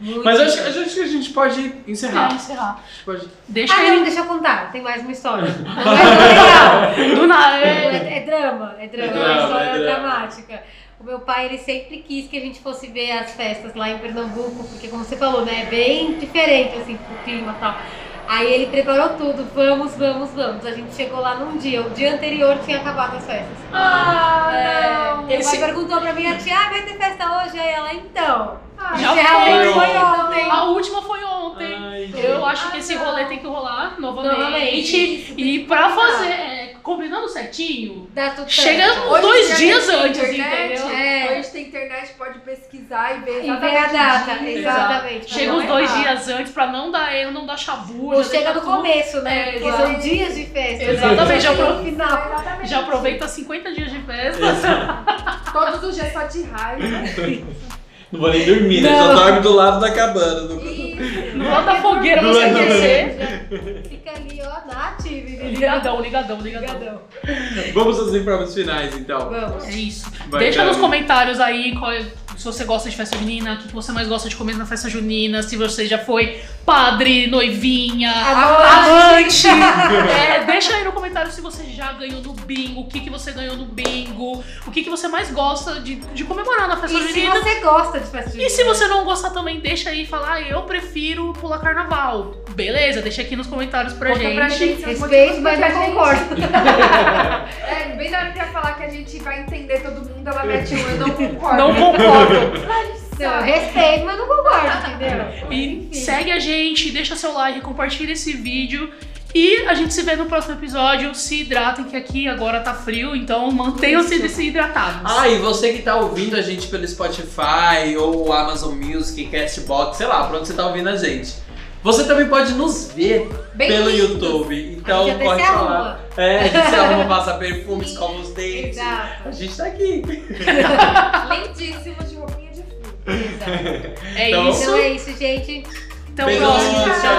Speaker 3: Muito
Speaker 1: Mas acho,
Speaker 3: incrível.
Speaker 1: acho que a gente pode
Speaker 2: Pra
Speaker 1: encerrar.
Speaker 2: encerrar.
Speaker 1: A gente pode-
Speaker 2: Deixa
Speaker 3: Ah, não,
Speaker 2: ele.
Speaker 3: deixa eu contar. Tem mais uma história. Não, mas é legal.
Speaker 2: Do nada. é-
Speaker 3: É, é drama, é
Speaker 1: É
Speaker 3: drama, é
Speaker 1: drama,
Speaker 3: uma história
Speaker 1: é drama.
Speaker 3: dramática. O meu pai, ele sempre quis que a gente fosse ver as festas lá em Pernambuco, porque como você falou, né, é bem diferente, assim, o clima e tal. Aí ele preparou tudo, vamos, vamos, vamos. A gente chegou lá num dia, o dia anterior tinha acabado as festas.
Speaker 4: Ah,
Speaker 3: É,
Speaker 4: não.
Speaker 3: Meu
Speaker 1: Esse-
Speaker 3: pai perguntou pra minha tia, ah, vai ter festa hoje? Aí ela, então...
Speaker 4: Ah,
Speaker 2: Já
Speaker 3: realmente
Speaker 1: foi.
Speaker 3: foi ontem.
Speaker 2: A última foi ontem.
Speaker 1: Ai,
Speaker 2: Eu
Speaker 1: gente.
Speaker 2: acho que esse rolê tem que rolar novamente.
Speaker 3: Ah, Novamente.
Speaker 2: E pra fazer, é, combinando certinho,
Speaker 3: Dá tudo
Speaker 2: chega
Speaker 3: certo.
Speaker 2: uns
Speaker 4: Hoje em
Speaker 2: dois
Speaker 4: dia
Speaker 2: dias
Speaker 4: tem
Speaker 2: antes,
Speaker 4: internet.
Speaker 2: entendeu?
Speaker 3: É.
Speaker 4: Hoje tem internet, pode pesquisar e ver
Speaker 3: E
Speaker 4: exatamente.
Speaker 3: vê a
Speaker 4: o
Speaker 3: data,
Speaker 4: dia.
Speaker 3: exatamente.
Speaker 2: Chega
Speaker 3: pra não é
Speaker 2: uns dois
Speaker 3: errar.
Speaker 2: dias antes pra não dar erro, não dar chavura.
Speaker 3: Ou
Speaker 2: já
Speaker 3: chega
Speaker 2: deixa
Speaker 3: no
Speaker 2: tudo-
Speaker 3: começo, né?
Speaker 2: É,
Speaker 3: Porque
Speaker 2: exato.
Speaker 3: são dias de festa. né?
Speaker 2: Exatamente, já
Speaker 3: Chega
Speaker 2: pro-
Speaker 3: no final.
Speaker 4: Exatamente.
Speaker 2: Já aproveita 50 dias de festa.
Speaker 1: Exato.
Speaker 4: Todos os dias só de raiva.
Speaker 1: Não vou nem dormir, né? Só
Speaker 3: Não.
Speaker 1: dorme do lado da cabana. do-
Speaker 4: E
Speaker 2: No lado da fogueira
Speaker 1: Não
Speaker 2: você
Speaker 1: é, não é.
Speaker 2: aquecer.
Speaker 3: Fica ali, ó, na ativa, entendeu?
Speaker 2: Ligadão, ligadão, ligadão.
Speaker 3: Ligadão.
Speaker 1: Vamos às informações finais, então.
Speaker 3: Vamos.
Speaker 2: É isso.
Speaker 1: Vai,
Speaker 2: Deixa
Speaker 1: Karen.
Speaker 2: nos comentários aí qual é- se você gosta de festa junina, o que você mais gosta de comer na festa junina, se você já foi padre, noivinha,
Speaker 3: Avante!
Speaker 2: É, deixa aí no comentário se você já ganhou no bingo, o que, que você ganhou no bingo, o que, que você mais gosta de, de comemorar na
Speaker 3: E
Speaker 2: festa
Speaker 3: se
Speaker 2: junina.
Speaker 3: você gosta de festa junina?
Speaker 2: E se você não gostar também, deixa aí e falar, ah, eu prefiro pular carnaval. Beleza, deixa aqui nos comentários pra
Speaker 4: Conta
Speaker 2: gente.
Speaker 4: pra gente seus
Speaker 3: Respeito,
Speaker 4: motivos
Speaker 3: mas
Speaker 4: pra
Speaker 3: não concordo.
Speaker 4: É, bem na hora que eu ia falar que a gente vai entender todo mundo, ela mete um eu não é concordo.
Speaker 2: Não concordo.
Speaker 3: Não, respeito, mas não concordo, entendeu?
Speaker 2: E
Speaker 3: Enfim.
Speaker 2: segue a gente, deixa seu like, compartilha esse vídeo. E a gente se vê no próximo episódio. Se hidratem, que aqui agora tá frio, então mantenham-se desidratados. hidratados.
Speaker 1: Ah, e você que tá ouvindo a gente pelo Spotify ou Amazon Music, Castbox, sei lá, pra onde você tá ouvindo a gente. Você também pode nos ver
Speaker 4: Bem
Speaker 1: pelo
Speaker 4: lindo.
Speaker 1: YouTube. Então
Speaker 3: Aqui até
Speaker 1: corre
Speaker 3: se
Speaker 1: pra lá.
Speaker 3: arruma.
Speaker 1: É, a gente se arruma, passa perfume, escova os dentes.
Speaker 3: Exato,
Speaker 1: A gente tá aqui.
Speaker 4: é Lindíssimo de roupinha de frio.
Speaker 3: exato.
Speaker 2: É
Speaker 1: Então-
Speaker 2: isso.
Speaker 3: Então é isso, gente.
Speaker 2: Então,
Speaker 1: Beijão,
Speaker 2: próximo.
Speaker 1: tchau,